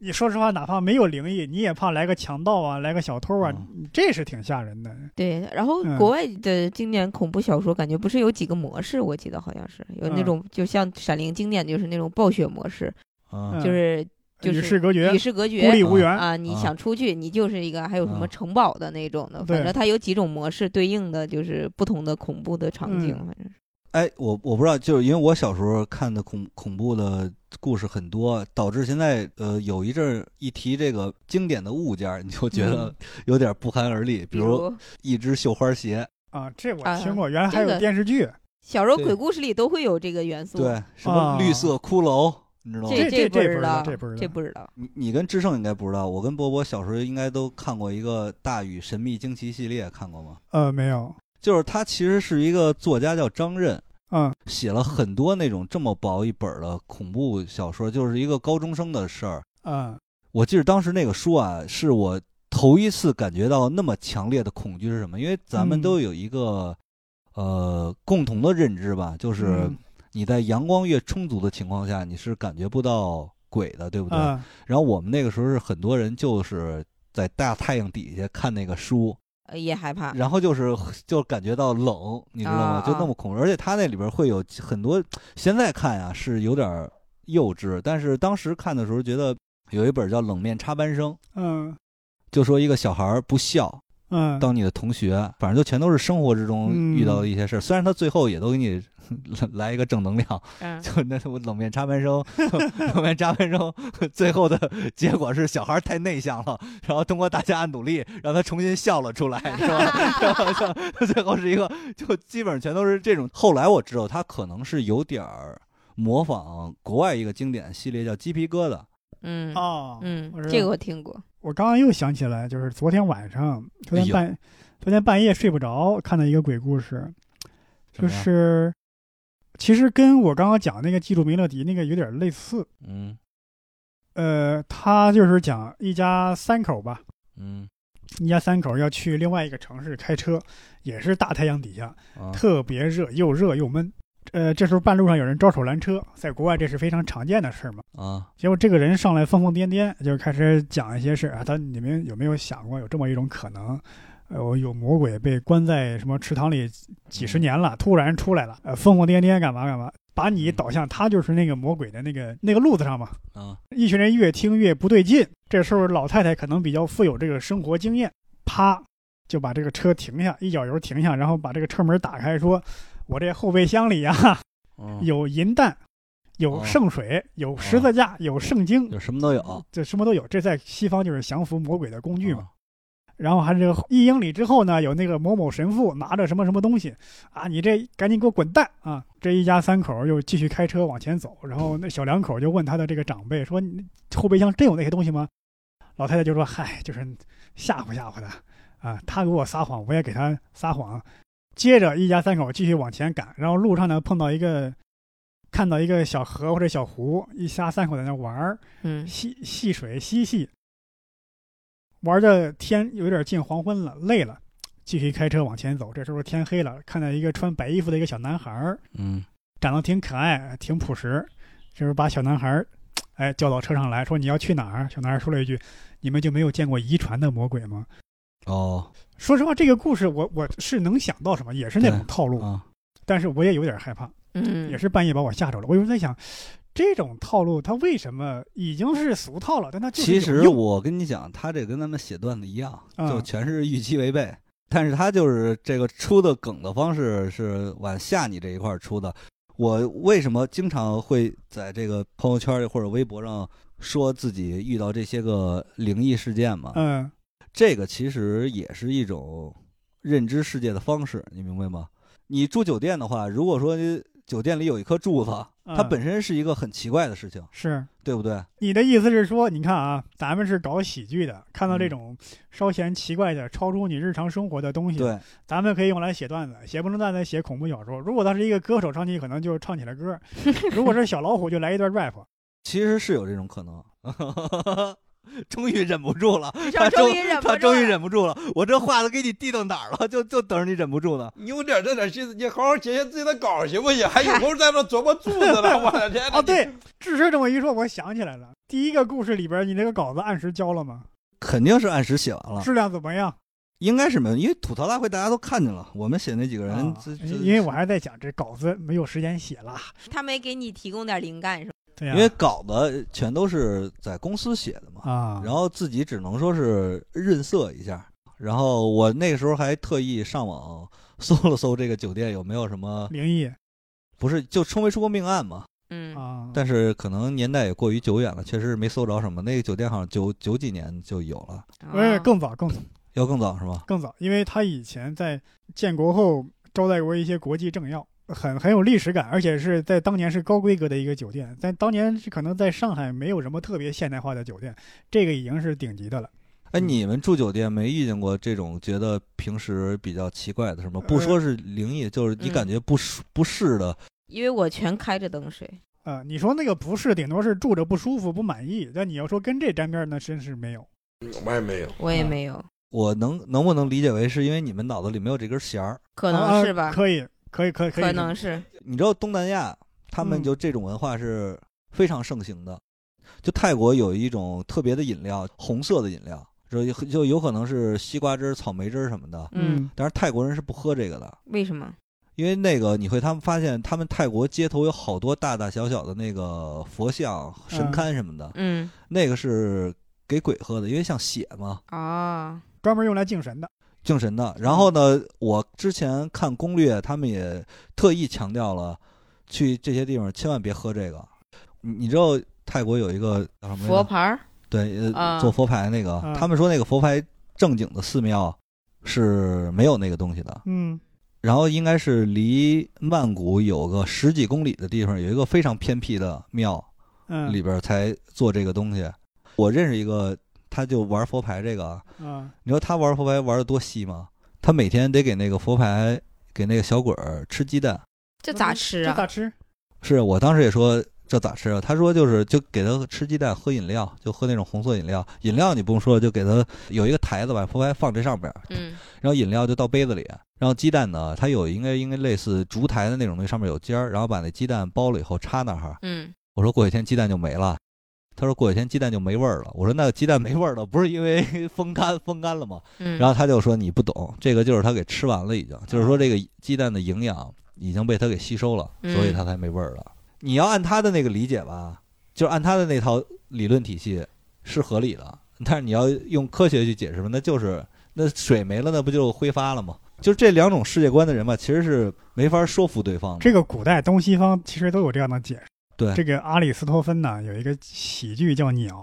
你说实话，哪怕没有灵异，你也怕来个强盗啊，来个小偷啊，
嗯
这是挺吓人的。
对，然后
嗯
国外的经典恐怖小说，感觉不是有几个模式？我记得好像是有那
嗯
种，就像《闪灵》经典就是那种暴雪模式，
嗯
嗯
就是就
与
是
世隔绝
与，世隔绝，
孤立无援。
啊，你想出去，你就是一个还有什么
啊
城堡的那种的，反
对
正它有几种模式对应的就是不同的恐怖的场景，
嗯
反正是
哎，我我不知道，就是因为我小时候看的恐恐怖的故事很多，导致现在呃有一阵儿一提这个经典的物件儿，你就觉得 有点不寒而栗，比
比
如
如
一只绣花鞋，
啊，这我
啊
听过，原来还
这
有
个
电视剧。
小时候
对
鬼故事里都会有这个元素，
对，哦什么绿色骷髅，你知道吗？
这这
这
这
知
不知道
道，
这不知道
这不知道，
你你跟志胜应该不知道，我跟波波小时候应该都看过一个《大禹神秘惊奇》系列，看过吗？
呃，没有。
就是他其实是一个作家叫张任，
嗯
写了很多那种这么薄一本儿的恐怖小说，就是一个高中生的事儿。
嗯
我记得当时那个书啊，是我头一次感觉到那么强烈的恐惧是什么，因为咱们
嗯
都有一个、呃共同的认知吧，就是
嗯
你在阳光越充足的情况下，你是感觉不到鬼的，对不对？
嗯
然后我们那个时候是很多人就是在大太阳底下看那个书，
呃也害怕，
然后就是就感觉到冷，你知道吗
啊？
就那么恐怖，而且它那里边会有很多，现在看呀、是有点幼稚，但是当时看的时候觉得有一本叫《冷面插班生》，
嗯
就说一个小孩儿不孝，
嗯，
当你的同学，反正就全都是生活之中
嗯
遇到的一些事儿。虽然他最后也都给你 来一个正能量，
嗯，
就那我冷面插班生， 冷面插班生最后的结果是小孩太内向了，然后通过大家努力让他重新笑了出来，是吧？ 然后就最后是一个，就基本上全都是这种。后来我知道他可能是有点儿模仿国外一个经典系列叫《鸡皮疙瘩》，
嗯
哦，
嗯
我知，道
这个我听过，
我刚刚又想起来，就是昨天晚上，昨
哎
天半，昨天半夜睡不着，看到一个鬼故事，
什
就
么呀
是其实跟我刚刚讲那个记住梅乐迪那个有点类似。
嗯
呃，他就是讲一家三口吧，
嗯
一家三口要去另外一个城市开车，也是大太阳底下，
啊
特别热，又热又闷。呃，这时候半路上有人招手拦车，在国外这是非常常见的事儿嘛。
啊
结果这个人上来疯疯癫癫，就开始讲一些事儿啊。他你们有没有想过有这么一种可能？呃，我有魔鬼被关在什么池塘里几十年了，突然出来了，呃，疯疯癫癫干嘛干嘛，把你导向他就是那个魔鬼的那个那个路子上嘛。
啊
一群人越听越不对劲，这时候老太太可能比较富有这个生活经验，啪就把这个车停下，一脚油停下，然后把这个车门打开，说：“我这后备箱里呀、
嗯
有银弹，有
哦
圣水，有十字架，有圣经，
就什么都有
这什么都有。这在西方就是降服魔鬼的工具嘛。
啊
然后还是一英里之后呢，有那个某某神父拿着什么什么东西啊，你这赶紧给我滚蛋啊！这一家三口又继续开车往前走，然后那小两口就问他的这个长辈说：“你后备箱真有那些东西吗？”老太太就说：“嗨，就是吓唬吓唬他啊，他给我撒谎，我也给他撒谎。”接着一家三口继续往前赶，然后路上呢碰到一个看到一个小河或者小湖，一家三口在那玩儿，
嗯
戏戏水嬉戏，玩的天有点近黄昏了，累了，继续开车往前走。这时候天黑了，看到一个穿白衣服的一个小男孩儿，
嗯
长得挺可爱，挺朴实，就是把小男孩儿，哎叫到车上来说你要去哪儿？小男孩说了一句：“你们就没有见过遗传的魔鬼吗？”
哦
说实话，这个故事我我是能想到什么，也是那种
对
套路，
啊，
但是我也有点害怕，
嗯，
也是半夜把我吓着了。我有时候在想，这种套路它为什么已经是俗套了，但它就是
其
有
实
用
我跟你讲，他这跟咱们写段子一样，
嗯
就全是预期违背。但是他就是这个出的梗的方式是往吓你这一块儿出的。我为什么经常会在这个朋友圈里或者微博上说自己遇到这些个灵异事件嘛？
嗯
这个其实也是一种认知世界的方式，你明白吗？你住酒店的话，如果说酒店里有一颗柱子，
嗯
它本身是一个很奇怪的事情，
是
对不对？
你的意思是说，你看啊，咱们是搞喜剧的，看到这
嗯
种稍显奇怪的、超出你日常生活的东西，
对，
咱们可以用来写段子，写不成段子写恐怖小说。如果他是一个歌手，上去可能就唱起了 歌；如果是小老虎，就来一段 rap。
其实是有这种可能。 终于忍不住了，
他
他
终
终
于忍不住
他终于
了
忍不住了，我这话都给你递到哪儿了？就就等着你忍不住呢。
你有点这点心思，你好好写写自己的稿儿行不行？还有功夫在那琢磨柱子了，我的天！
哦，，对，只是这么一说，我想起来了，第一个故事里边，你那个稿子按时交了吗？
肯定是按时写完了，
质量怎么样？
应该是没有，因为吐槽大会大家都看见了，我们写那几个人
啊，
这这
因为我还在想，这稿子没有时间写了。
他没给你提供点灵感是吧？
对呀、
因为稿子全都是在公司写的嘛，
啊，
然后自己只能说是润色一下。然后我那个时候还特意上网搜了搜这个酒店有没有什么，
灵异
不是就称为出过命案嘛？
嗯，
啊，
但是可能年代也过于久远了，确实没搜着什么。那个酒店好像九九几年就有了，
不是
哦
更早更早
要更早是吗？
更早，因为他以前在建国后招待过一些国际政要，很很有历史感，而且是在当年是高规格的一个酒店。但当年是可能在上海没有什么特别现代化的酒店，这个已经是顶级的了。
哎，
嗯
你们住酒店没遇见过这种觉得平时比较奇怪的什么？
呃
不说是灵异，就是你
嗯
感觉不适不适的，
因为我全开着灯睡，
呃，你说那个不是，顶多是住着不舒服、不满意。但你要说跟这沾边儿，那真是没有。
我也没有。
我也
啊
没有，
我能能不能理解为是因为你们脑子里没有这根弦儿？
可
啊
能是吧，
可以，可以，可以，可以。
可能是，
你知道东南亚他们
嗯
就这种文化是非常盛行的，就泰国有一种特别的饮料，红色的饮料，就就有可能是西瓜汁儿、草莓汁儿什么的，
嗯，
嗯，
但是泰国人是不喝这个的。
为什么？
因为那个你会他们发现，他们泰国街头有好多大大小小的那个佛像、神龛什么的，
嗯，
那个是给鬼喝的，因为像血嘛，
嗯
哦，
专门用来敬神的。
敬神的。然后呢，我之前看攻略，他们也特意强调了，去这些地方千万别喝这个。你你知道泰国有一个叫什么来着
佛牌儿，
对，呃
啊
做佛牌那个，
啊
他们说那个佛牌正经的寺庙是没有那个东西的。
嗯
然后应该是离曼谷有个十几公里的地方，有一个非常偏僻的庙
嗯
里边才做这个东西。我认识一个，他就玩佛牌这个啊，
啊
你说他玩佛牌玩的多稀吗？他每天得给那个佛牌给那个小鬼儿吃鸡蛋。
这咋吃
这
啊？
咋吃？
是我当时也说这咋吃啊？他说就是就给他吃鸡蛋，喝饮料，就喝那种红色饮料。饮料你不用说，就给他有一个台子把佛牌放这上边儿，
嗯，
然后饮料就倒杯子里，然后鸡蛋呢，它有应该应该类似烛台的那种东西，上面有尖儿，然后把那鸡蛋包了以后插那儿。
嗯，
我说过几天鸡蛋就没了，他说过几天鸡蛋就没味儿了。我说那鸡蛋没味儿了，不是因为 风干风干了吗？
嗯，哦
然后他就说你不懂，这个就是他给吃完了已经，就是说这个鸡蛋的营养已经被他给吸收了，
嗯
所以它才没味儿了。你要按他的那个理解吧，就是按他的那套理论体系是合理的，但是你要用科学去解释嘛，那就是那水没了，那不就挥发了吗？就是这两种世界观的人吧，其实是没法说服对方的。
这个古代东西方其实都有这样的解释。
对
这个阿里斯托芬呢，有一个喜剧叫《鸟》。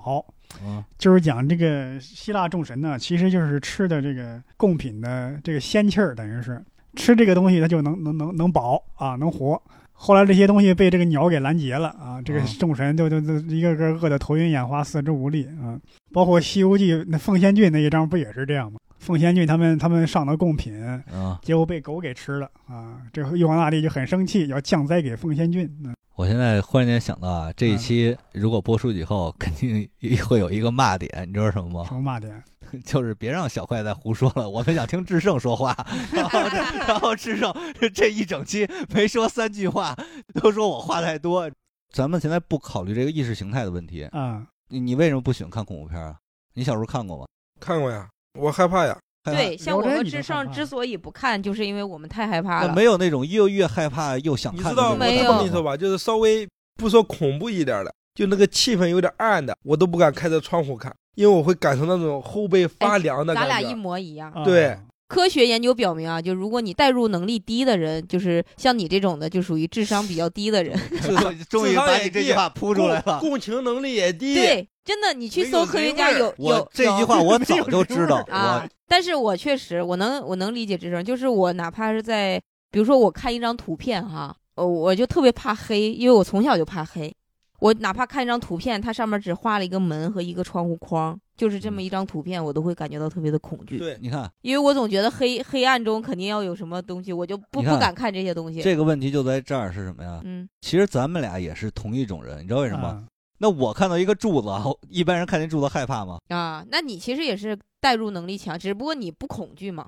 嗯
就是讲这个希腊众神呢，其实就是吃的这个贡品的这个仙气儿，等于是吃这个东西，它就能能能能保啊，能活。后来这些东西被这个鸟给拦截了啊，这个
嗯
众神就就就一个个饿得头晕眼花、四肢无力啊。包括《西游记》那奉仙郡那一章不也是这样吗？奉仙郡他们他们上的贡品，
嗯，
结果被狗给吃了啊！这个玉皇大帝就很生气，要降灾给奉仙郡。嗯
我现在忽然间想到啊，这一
嗯
期如果播出以后，肯定会有一个骂点，你知道什么吗？
什么骂点？
就是别让小快再胡说了，我们想听智胜 说话。然后， 然后智胜这一整期没说三句话，都说我话太多。咱们现在不考虑这个意识形态的问题，
啊、
你你为什么不喜欢看恐怖片啊？你小时候看过吗？
看过呀，我害怕呀，
害怕
对，像我
聊斋
们
你都
之
害
上
怕
之所以不看，就是因为我们太害怕
那
了。
呃没有那种又越害怕又想
你
看
知
的那
道我
种
没
感
有
啊这么跟你
觉
说吧，就是稍微不说恐怖一点的，就那个气氛有点暗的，我都不敢开着窗户看，因为我会感受那种后背发凉的
哎咱俩
感
一
觉。
模一样。
啊
对
科学研究表明啊，就如果你代入能力低的人，就是像你这种的，就属于智商比较低的人。
智商
终于
智商
把
也
你这
低
句话铺出来了。
共共情能力也低。
对，真的，你去
没
搜
有
科
人
学家
味儿
有有
我这句话我早就知道，
啊
我，
但是我确实我能我能理解这种，就是我哪怕是在比如说我看一张图片哈，呃，我就特别怕黑，因为我从小就怕黑。我哪怕看一张图片，它上面只画了一个门和一个窗户框，就是
嗯
这么一张图片，我都会感觉到特别的恐惧，
对，
你看
因为我总觉得黑黑暗中肯定要有什么东西，我就不不
你看
敢看这些东西。
这个问题就在这儿是什么呀？
嗯，
其实咱们俩也是同一种人，你知道为什么吗？
啊
那我看到一个柱子，一般人看见柱子害怕吗？
啊，那你其实也是代入能力强，只不过你不恐惧嘛，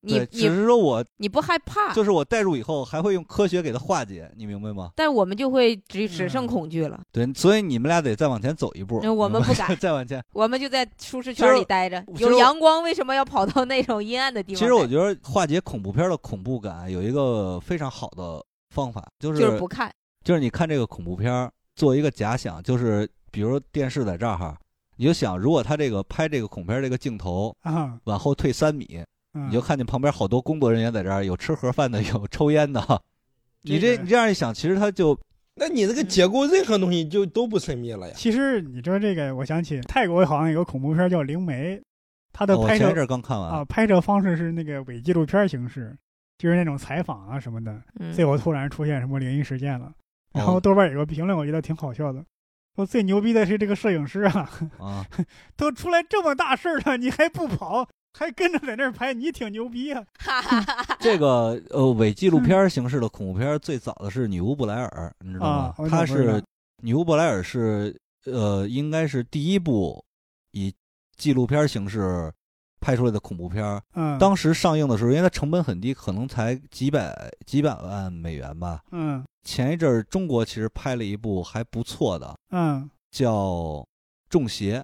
你
对，只
你
是说我
你不害怕，
就是我代入以后还会用科学给它化解，你明白吗？
但我们就会只只
嗯
剩恐惧了，
对，所以你们俩得再往前走一步。
那我们不敢
再往前。
我们就在舒适
其
圈
实
里待着，
其实
有
我
阳光为什么要跑到那种阴暗的地
其
方？
实我觉得化解恐怖片的恐怖感有一个非常好的方法，就是
就是不看，
就是你看这个恐怖片儿，做一个假想，就是比如电视在这儿哈，你就想如果他这个拍这个恐怖片儿这个镜头
啊，
往后退三米，
你
你就看见旁边好多工作人员在这儿，有吃盒饭的，有抽烟的。你这
这个
你这样一想，其实他就
那你这个结构任何东西就都不神秘了呀。
其实你说这个，我想起泰国好像有个恐怖片叫《灵媒》，它的
哦我
拍
前一
摄
阵儿刚看
啊
完，
拍摄方式是那个伪纪录片形式，就是那种采访啊什么的。
嗯
最后突然出现什么灵异事件了，然后
哦
豆瓣有个评论，我觉得挺好笑的，说最牛逼的是这个摄影师啊，
啊，
都出来这么大事儿了，你还不跑，还跟着在那儿拍，你挺牛逼啊！
这个呃伪纪录片儿形式的恐怖片儿最早的是女巫布莱尔，你知道吗
啊我？怎么
她
不知道
是女巫布莱尔是呃应该是第一部以纪录片儿形式拍出来的恐怖片儿。
嗯，
当时上映的时候，因为它成本很低，可能才几百几百万美元吧。
嗯
前一阵儿中国其实拍了一部还不错的，
嗯
叫《中邪》。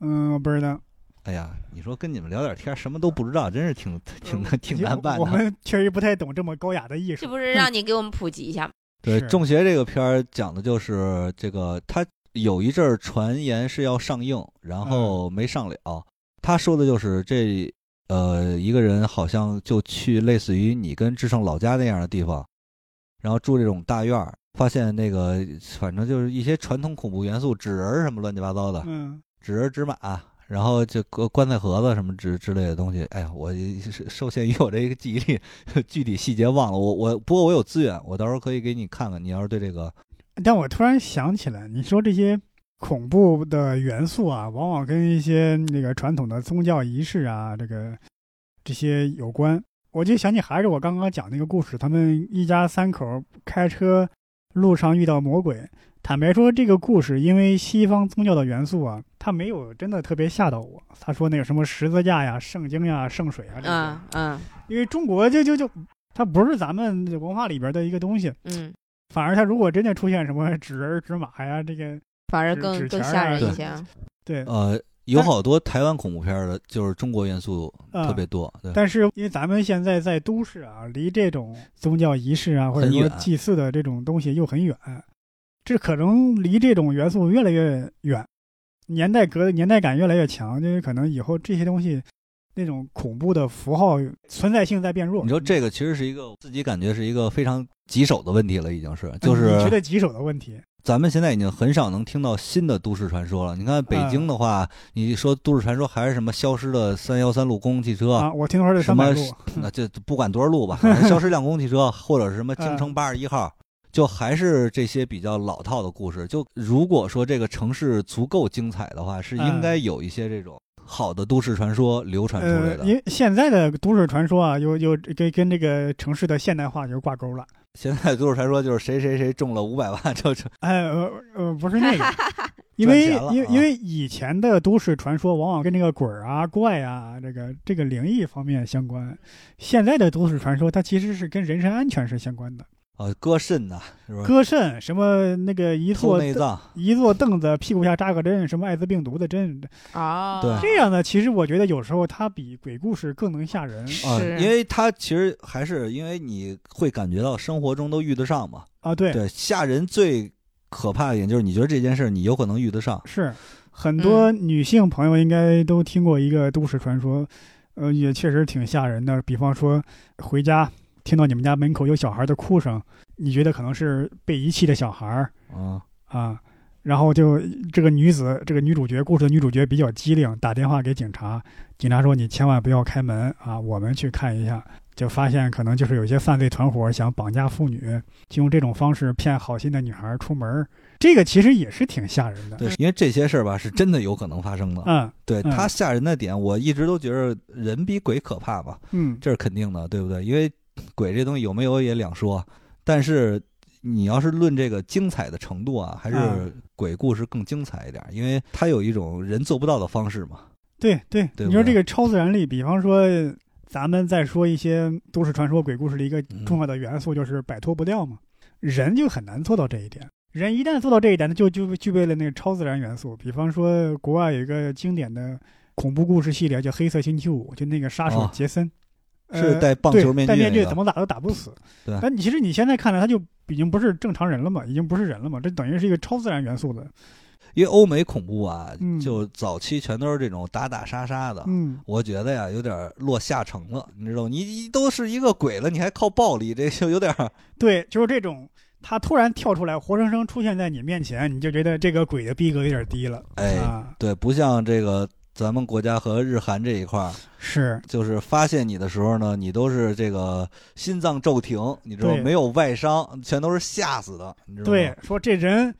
嗯，我不知道，
哎呀，你说跟你们聊点天儿，什么都不知道，真是挺挺挺
因为
难办
我
的。
们确嗯实不太懂这么高雅的艺
是
术。
不是让你给我们普及一 下？
对，
是
《中邪》这个片儿讲的就是这个，他有一阵儿传言是要上映，然后没上了。他说的就是这呃，一个人好像就去类似于你跟志胜老家那样的地方，然后住这种大院儿，发现那个反正就是一些传统恐怖元素，纸人儿什么乱七八糟的，
嗯
纸人纸马，然后这个棺材盒子什么之之类的东西。哎呀，我是受限于我这个记忆力， 具体细节忘了。我我不过我有资源，我到时候可以给你看看。你要是对这个，
但我突然想起来，你说这些恐怖的元素啊，往往跟一些那个传统的宗教仪式啊，这个这些有关。我就想起还是我刚刚讲那个故事，他们一家三口开车路上遇到魔鬼。坦白说，这个故事因为西方宗教的元素啊，它没有真的特别吓到我。他说那个什么十字架呀、圣经呀、圣水啊这些，
嗯嗯
因为中国就就就它不是咱们文化里边的一个东西。
嗯，
反而他如果真的出现什么纸人儿、纸马呀，这个
反而
纸
更
纸
更
钱儿
吓
啊
人
对
一些啊。
对，
呃，有好多台湾恐怖片儿的，就是中国元素
啊
特别多。对，
但是因为咱们现在在都市啊，离这种宗教仪式啊，或者
很
说
远
祭祀的这种东西又很远，这可能离这种元素越来越远，年代隔年代感越来越强，就是可能以后这些东西那种恐怖的符号存在性在变弱。
你说这个其实是一个我自己感觉是一个非常棘手的问题了，已经是就
嗯你觉
是
得棘手的问题，
咱们现在已经很少能听到新的都市传说了。你看
嗯
北京的话，你说都市传说还是什么消失的三幺三路公共汽车
啊，我听说是
什
三
么
百 路，
那这不管多少路吧，反正消失辆公共汽车或者是什么京
嗯
城八十一号，就还是这些比较老套的故事。就如果说这个城市足够精彩的话，是应该有一些这种好的都市传说流传出来
嗯呃，因
的。
为现在的都市传说啊，又又跟跟这个城市的现代化就挂钩了。
现在都市传说就是谁谁谁中了五百万，就就
哎，呃呃，不是那个，因为
赚钱了
因为
啊
因为以前的都市传说往往跟这个鬼儿啊、怪啊、这个这个灵异方面相关，现在的都市传说它其实是跟人身安全是相关的。
啊，割肾呐，是吧？
割肾什么那个 一
偷
坐
内脏，
一坐凳子屁股下扎个针，什么艾滋病毒的针，
啊，
对
这样的其实我觉得有时候它比鬼故事更能吓人
啊，
是
因为它其实还是因为你会感觉到生活中都遇得上嘛。
啊。对，
对，吓人最可怕的一点就是你觉得这件事儿你有可能遇得上。
是很多女性朋友应该都听过一个都市传说，呃，也确实挺吓人的。比方说回家听到你们家门口有小孩的哭声，你觉得可能是被遗弃的小孩儿
啊，
啊。然后就这个女子，这个女主角故事的女主角比较机灵，打电话给警察，警察说你千万不要开门啊，我们去看一下。就发现可能就是有些犯罪团伙想绑架妇女，就用这种方式骗好心的女孩出门儿，这个其实也是挺吓人的。
对，因为这些事儿吧是真的有可能发生的。
嗯
对，
嗯
它吓人的点，我一直都觉得人比鬼可怕吧，
嗯，
这是肯定的，对不对？因为鬼这东西有没有也两说，但是你要是论这个精彩的程度啊，还是
嗯
鬼故事更精彩一点，因为它有一种人做不到的方式嘛。
对对，你
对不
说
对
这个超自然力，比方说，咱们再说一些都市传说、鬼故事的一个
嗯
重要的元素，就是摆脱不掉嘛。人就很难做到这一点。人一旦做到这一点，他就就具备了那个超自然元素。比方说，国外有一个经典的恐怖故事系列叫《黑色星期五》，就那个杀手
哦
杰森，
是
呃
戴棒
对
球面具
戴面
那
具
个
怎么打都打不死。
对
但你其实你现在看来，他就已经不是正常人了嘛，已经不是人了嘛，这等于是一个超自然元素的。
因为欧美恐怖啊
嗯，
就早期全都是这种打打杀杀的。
嗯，
我觉得呀，有点落下乘了，你知道吗，你你都是一个鬼了，你还靠暴力，这就有点儿
对，就是这种，他突然跳出来，活生生出现在你面前，你就觉得这个鬼的逼格有点低了。
哎
啊，
对，不像这个咱们国家和日韩这一块儿，
是，
就是发现你的时候呢，你都是这个心脏骤停，你知道吗
对
没有外伤，全都是吓死的，你知道
对
吗？，
说这人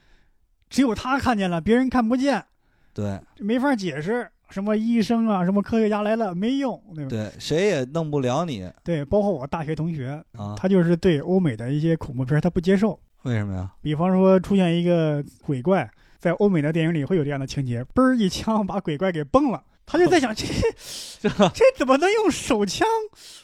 只有他看见了，别人看不见，
对
没法解释。什么医生啊，什么科学家来了没用，对吧？
对谁也弄不了你
对，包括我大学同学，
啊？
他就是对欧美的一些恐怖片儿他不接受。
为什么呀？
比方说出现一个鬼怪，在欧美的电影里会有这样的情节，嘣儿一枪把鬼怪给崩了。他就在想，这
这
这怎么能用手枪，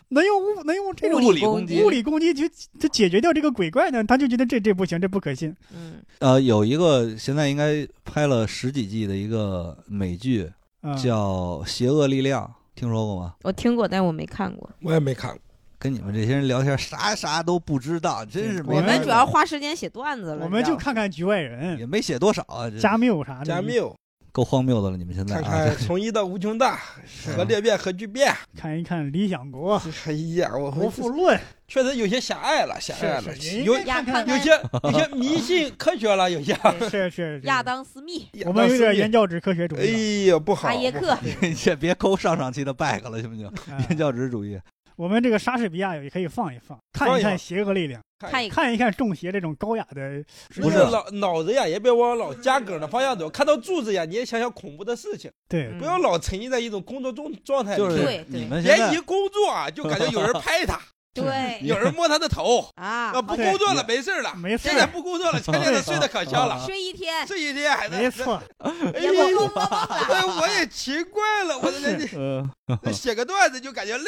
能用物能用这种
物理
攻
攻
击
击
物理攻击去去解决掉这个鬼怪呢？他就觉得这这不行，这不可信。
嗯，
呃，有一个现在应该拍了十几季的一个美剧
啊、
叫《邪恶力量》，听说过吗？
我听过，但我没看过。
我也没看过。
跟你们这些人聊天，啥啥都不知道，真是没
我
我
们
们主要花时间写段子了，
我们
你知
就
道吗
看看《局外
也
人
没写多少啊，这》、
加缪啥的，
加缪，
够荒谬的了。你们现在
看
啊，
看从一到无穷大， 核裂变、核聚变。
看一看《理想国》《
哎呀，我
国
我
富论》
确实有些狭隘了，狭隘了
是，是，
有
也应该看
有
有 些有些迷信科学了， 有些。
是是是
亚，当斯密、
是我们有点原
究。
教旨科学主
哎
义
呀，不好。
哈耶
不
克
好，
你 先别抠上上期的 bag 了，行不行？
了。哎
原教旨主义，
我们这个莎士比亚也可以放一放，看一
放一
看
放
邪恶力量。
看一个
看一看中邪这种高雅的，
不是老脑子呀，也别往老家梗的方向走。看到柱子呀，你也想想恐怖的事情，
对
嗯
不要老沉浸在一种工作中状态里。
就是
对
你们现
别一
在
工作啊，就感觉有人拍他，
对
有人摸他的头。
啊，
啊，不
好
工作了，没事了。
没事
现在不工作了，前天他睡得可香了，
睡一 天，
这一天还在
没。错，
哎
也不
呦
做，噩梦了。
哎，我也奇怪了，我这这
呃，
这写个段子就感觉累，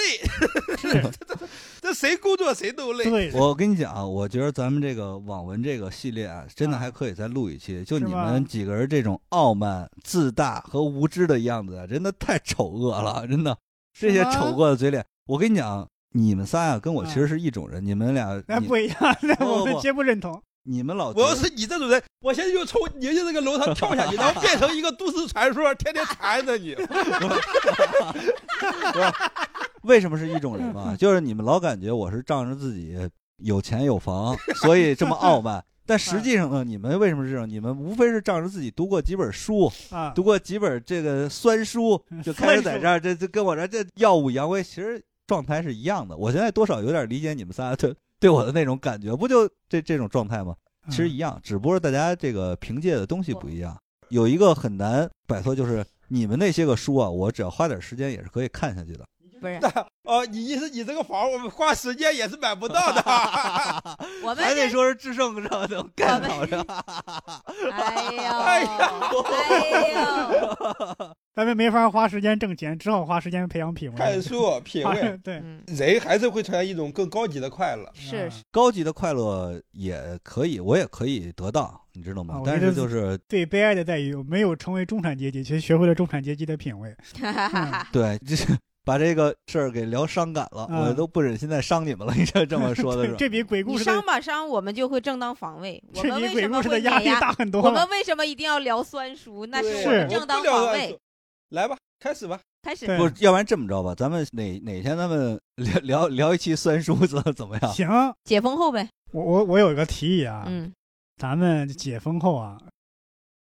是，
这谁工作谁都累。
对，
我跟你讲啊，我觉得咱们这个网文这个系列啊，真的还可以再录一期。就你
是
们
吗
几个人这种傲慢、自大和无知的样子啊，真的太丑恶了，真的。这些
是吗
丑恶的嘴脸，我跟你讲，你们仨啊，跟我
啊
其实是一种人。你们俩，
那
你
不一样，那
不
我们
不
绝不认同。
你们老
我要是你这种人，我现在就从您这个楼上跳下去，然后变成一个都市传说，天天缠着你。
为什么是一种人 嘛？就是你们老感觉我是仗着自己有钱有 房，所以这么傲慢。但实际上呢，你们为什么是这样？你们无非是仗着自己读过几本书，
啊，
读过几本这个嗯酸书，就开始在这儿这这跟我这这耀武扬威，其实状态是一样的。我现在多少有点理解你们仨对对我的那种感觉，不就这这种状态吗？其
嗯
实一样，只不过大家这个凭借的东西不一样。有一个很难摆脱，就是你们那些个书啊，我只要花点时间也是可以看下去 的。
不是，
哦，你意思你这个房我们花时间也是买不到的。
我们
还
这
得说是智胜上 能干到上，
哎呦，
哎
哎呦，
咱们没法花时间挣钱，只好花时间培养品味。
看书、品味，
啊 对，
嗯，
人还是会呈现一种更高级的快乐。
是是
高级的快乐也可以，我也可以得到，你知道
啊
吗？
我觉
但
得
是就是
最悲哀的在于没有成为中产阶级，却学会了中产阶级的品味。 嗯
对，就是 把这个事儿给聊伤感了，
嗯
我都不忍心再伤你们了。你这这么说的
对，
是，
这比鬼故
你
事的
伤吧伤，我们就会正当防卫。我
这
们
比
为
鬼
什么
故事
会
的压
碾
力
压？
大很多
我
了
们。为什么一定要聊酸叔？那
对
是我
是
们正当防卫。。
来吧，开始吧。
开始
对
不是，要不然这么着吧，咱们哪哪天咱们聊聊聊一期酸叔子怎么样？
行，
解封后呗，
我我我有一个提议啊，
嗯，
咱们解封后啊，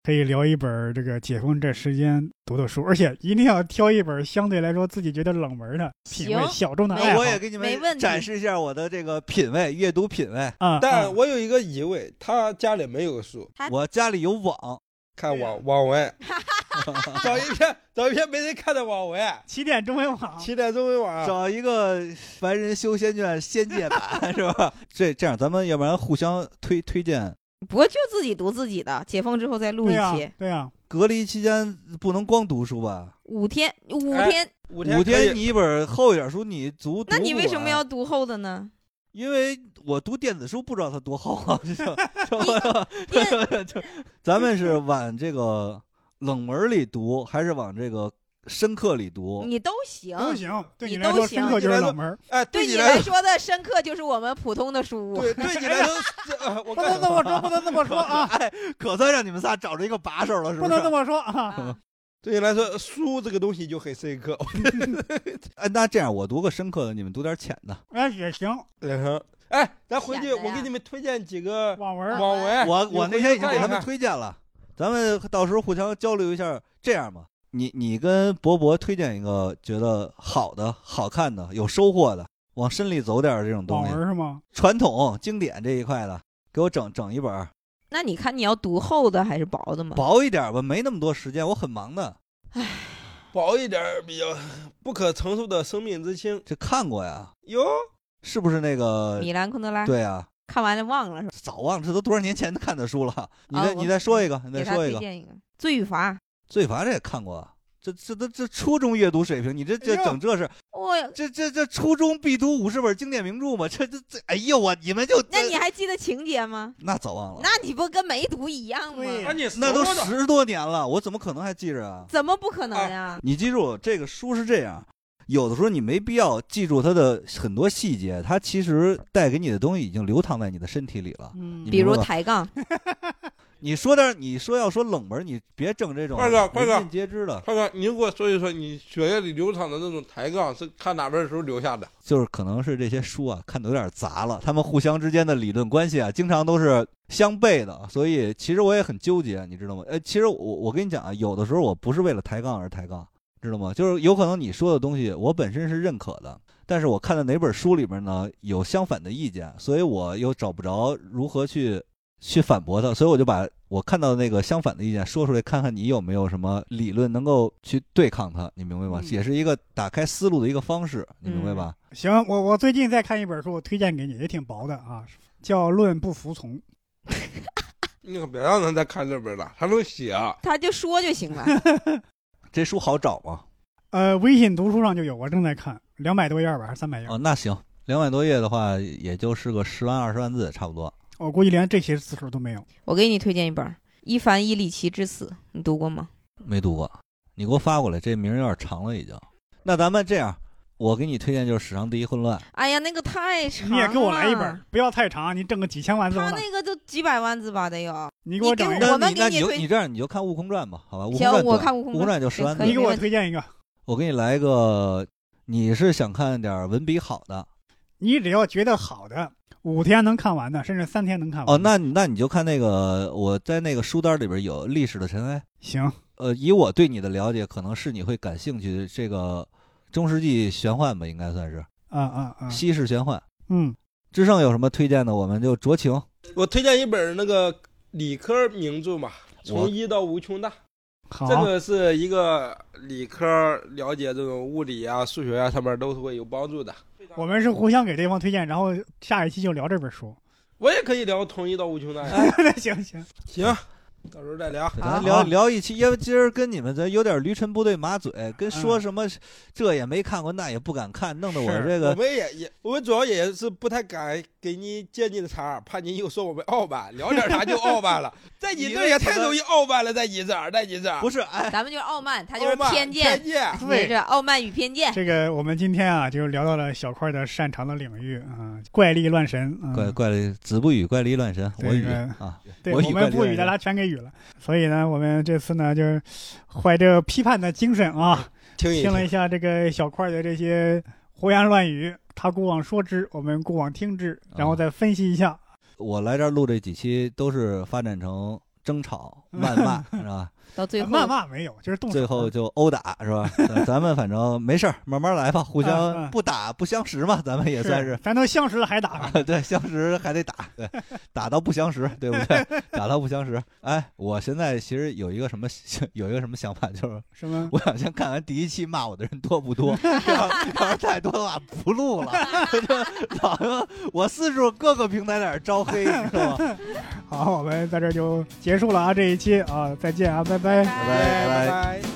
可以聊一本这个解封这时间读的书，而且一定要挑一本相对来说自己觉得冷门的、
行
品味小众的
没
爱好
我也给你
没
们
问题
展示一下我的这个品味，阅读品味。
啊。
但
啊
我有一个疑问，他家里没有书，
他
我家里有网，
看
对呀
网网 文，找一篇找一篇没人看的网文，
起点中文网，
起点中文
啊
网。
找一个凡人修仙卷仙界版 是吧？这这样，咱们要不然互相推推荐。
不过就自己读自己的，解封之后再录一
对啊呀
期，，
对呀，
隔离期间不能光读书吧？
五天五
哎
天，
五
五
可以
天你一本厚一点书，你读读
那
啊
你
不
为什么
完
要读厚的呢？
因为我读电子书不知道它多厚啊， 就像 就咱们是往这个冷门里读，还是往这个深刻里读？
你都行，
都行。对
你
来
都
说，
行
深刻就是
你来说
冷门。
哎，
对
你
你来
说，
说的深刻就是我们普通的书。
对对你来说，这呃
不
我告诉
能这么说，
你
不能这么说啊，
哎，可算让你们仨找着一个把手了，是
不
不
能这
是？
么说啊。
啊，
对你来说，书这个东西就很深刻。
哎，那这样我读个深刻的，你们读点浅的。
哎，也行，
然后，哎，咱回去
显得呀
我给你们推荐几个
网文儿
网文。
我我那天已经给他们
你回去看一看
推荐了，咱们到时候互相交流一下。这样吧，你你跟博博推荐一个觉得好的、好看的、有收获的，往深里走点儿这种
网
东西
文，儿是吗？
传统经典这一块的，给我整整一本儿。
那你看你要读厚的还是薄的嘛？
薄一点吧，没那么多时间，我很忙的。
薄一点儿比较不可承受的生命之轻
这看过呀，
哟，
是不是那个？
米兰昆德拉
对啊，
看完了忘了是吧？
早忘了，这都多少年前看的书了。你再、
啊我
你再说一个，你
给
再
他
说一
推
个，《
荐一个《罪与罚》。
罪罚》这也看过啊。这这都这初中阅读水平，你这这
哎呦
整这是
我，
这这这初中必读五十本经典名著嘛？这这这，哎呦我你们就
那
这
你还记得情节吗？
那早忘了，
那你不跟没读一样吗？
对呀
你
那都
说说
十多年了，我怎么可能还记着啊？
怎么不可能呀？
你记住，这个书是这样，有的时候你没必要记住它的很多细节，它其实带给你的东西已经流淌在你的身体里了。
嗯
你
比如
明白吧
抬杠，
你说点，你说要说冷门，你别整这种
快点快点
人尽皆知的，
快快，你给我说一说你血液里流淌的那种抬杠是看哪本书留下的？
就是可能是这些书啊看的有点杂了，他们互相之间的理论关系啊，经常都是相悖的，所以其实我也很纠结，你知道吗？呃，其实我我跟你讲啊，有的时候我不是为了抬杠而抬杠，知道吗？就是有可能你说的东西我本身是认可的，但是我看到哪本书里边呢有相反的意见，所以我又找不着如何去去反驳他，所以我就把我看到的那个相反的意见说出来，看看你有没有什么理论能够去对抗它，你明白吗？
嗯
也是一个打开思路的一个方式，你明白吧？
行，我我最近在看一本书，我推荐给你，也挺薄的啊，叫《论不服从》。
你可别让人再看这本了，他能写啊。
他就说就行了。
这书好找吗？
呃，微信读书上就有，我正在看，两百多页吧，还是三百页？
哦，那行，两百多页的话，也就是个十万二十万字差不多。
我估计连这些字数都没有。
我给你推荐一本《伊凡伊里奇之死》，你读过吗？
没读过，你给我发过来，这名儿有点长了已经。那咱们这样，我给你推荐就是《史上第一混乱》，
哎呀，那个太长了。
你也给我来一本，，不要太长，你整个几千万字
他
吧。
那个都几百万字吧，得有。
你给我整一
我
个，
那
们
你
给
那
你
你就
推
你这样你就看《悟空传》吧，好吧？悟空
行
传
我
短
看悟空
悟空
传
传就十万
也可
字
以
你，给我推荐一个，
我给你来一个，你是想看点儿文笔好的
你只要觉得好的，五天能看完的，甚至三天能看完的。
哦，那你那你就看那个我在那个书单里边有《历史的尘埃》。
行，
呃，以我对你的了解，可能是你会感兴趣的这个中世纪玄幻吧，应该算是
啊啊啊，
西式玄幻。
嗯，
之上有什么推荐的，我们就酌情。
我推荐一本那个理科名著嘛，《从一到无穷大》，
好，
这个是一个理科了解这种物理啊、数学啊上面都是会有帮助的。
我们是互相给对方推荐，然后下一期就聊这本书。
我也可以聊《从一到无穷大》呀。
行行，
行，哎到时候再聊。
咱
好
聊
好
聊一期，因为今儿跟你们咱有点驴唇不对马嘴，跟说
嗯
什么这也没看过，那也不敢看，弄得我
是
这
我
个
们也也，我们主要也是不太敢给你接你的茬儿，怕你又说我们傲慢，聊点啥就傲慢了，在你这儿也太容易傲慢了，在你这儿，在你这儿，
不是哎，
咱们就是傲慢，他就是
傲慢
偏
偏
见，
见，
你
对
这傲慢与偏见。
这个我们今天啊，就聊到了小块的擅长的领域啊，怪力乱神啊。
怪怪力子不语，怪力乱神，
对
我语
这个
啊，
对，
我
我
语怪
们
力
不
乱
语，大
神
家全给语了。所以呢，我们这次呢，就是怀着批判的精神啊，
听一
听了
听
一下这个小块的这些胡言乱语，他过往说之，我们过往听之，然后再分析一下。
我来这儿录这几期都是发展成争吵、谩 骂，是吧？
到最后，
谩啊骂没有，就是动手。
最后就殴打，是吧？呃咱们反正没事儿，慢慢来吧，互
嗯
相
嗯
不打不相识嘛，咱们也算是
咱都相识了还打，
对，相识还得打，对，打到不相识，对不对？ 打到不相识。哎，我现在其实有一个什么有一个什么想 法，就是
什么？
我想先看看第一期骂我的人多不多， 要要是太多的话不录了。 这老我四处各个平台在这儿招黑，你知道吗？
好，我们在这儿就结束了啊，这一期啊，再见啊，拜拜
拜拜
哎拜拜。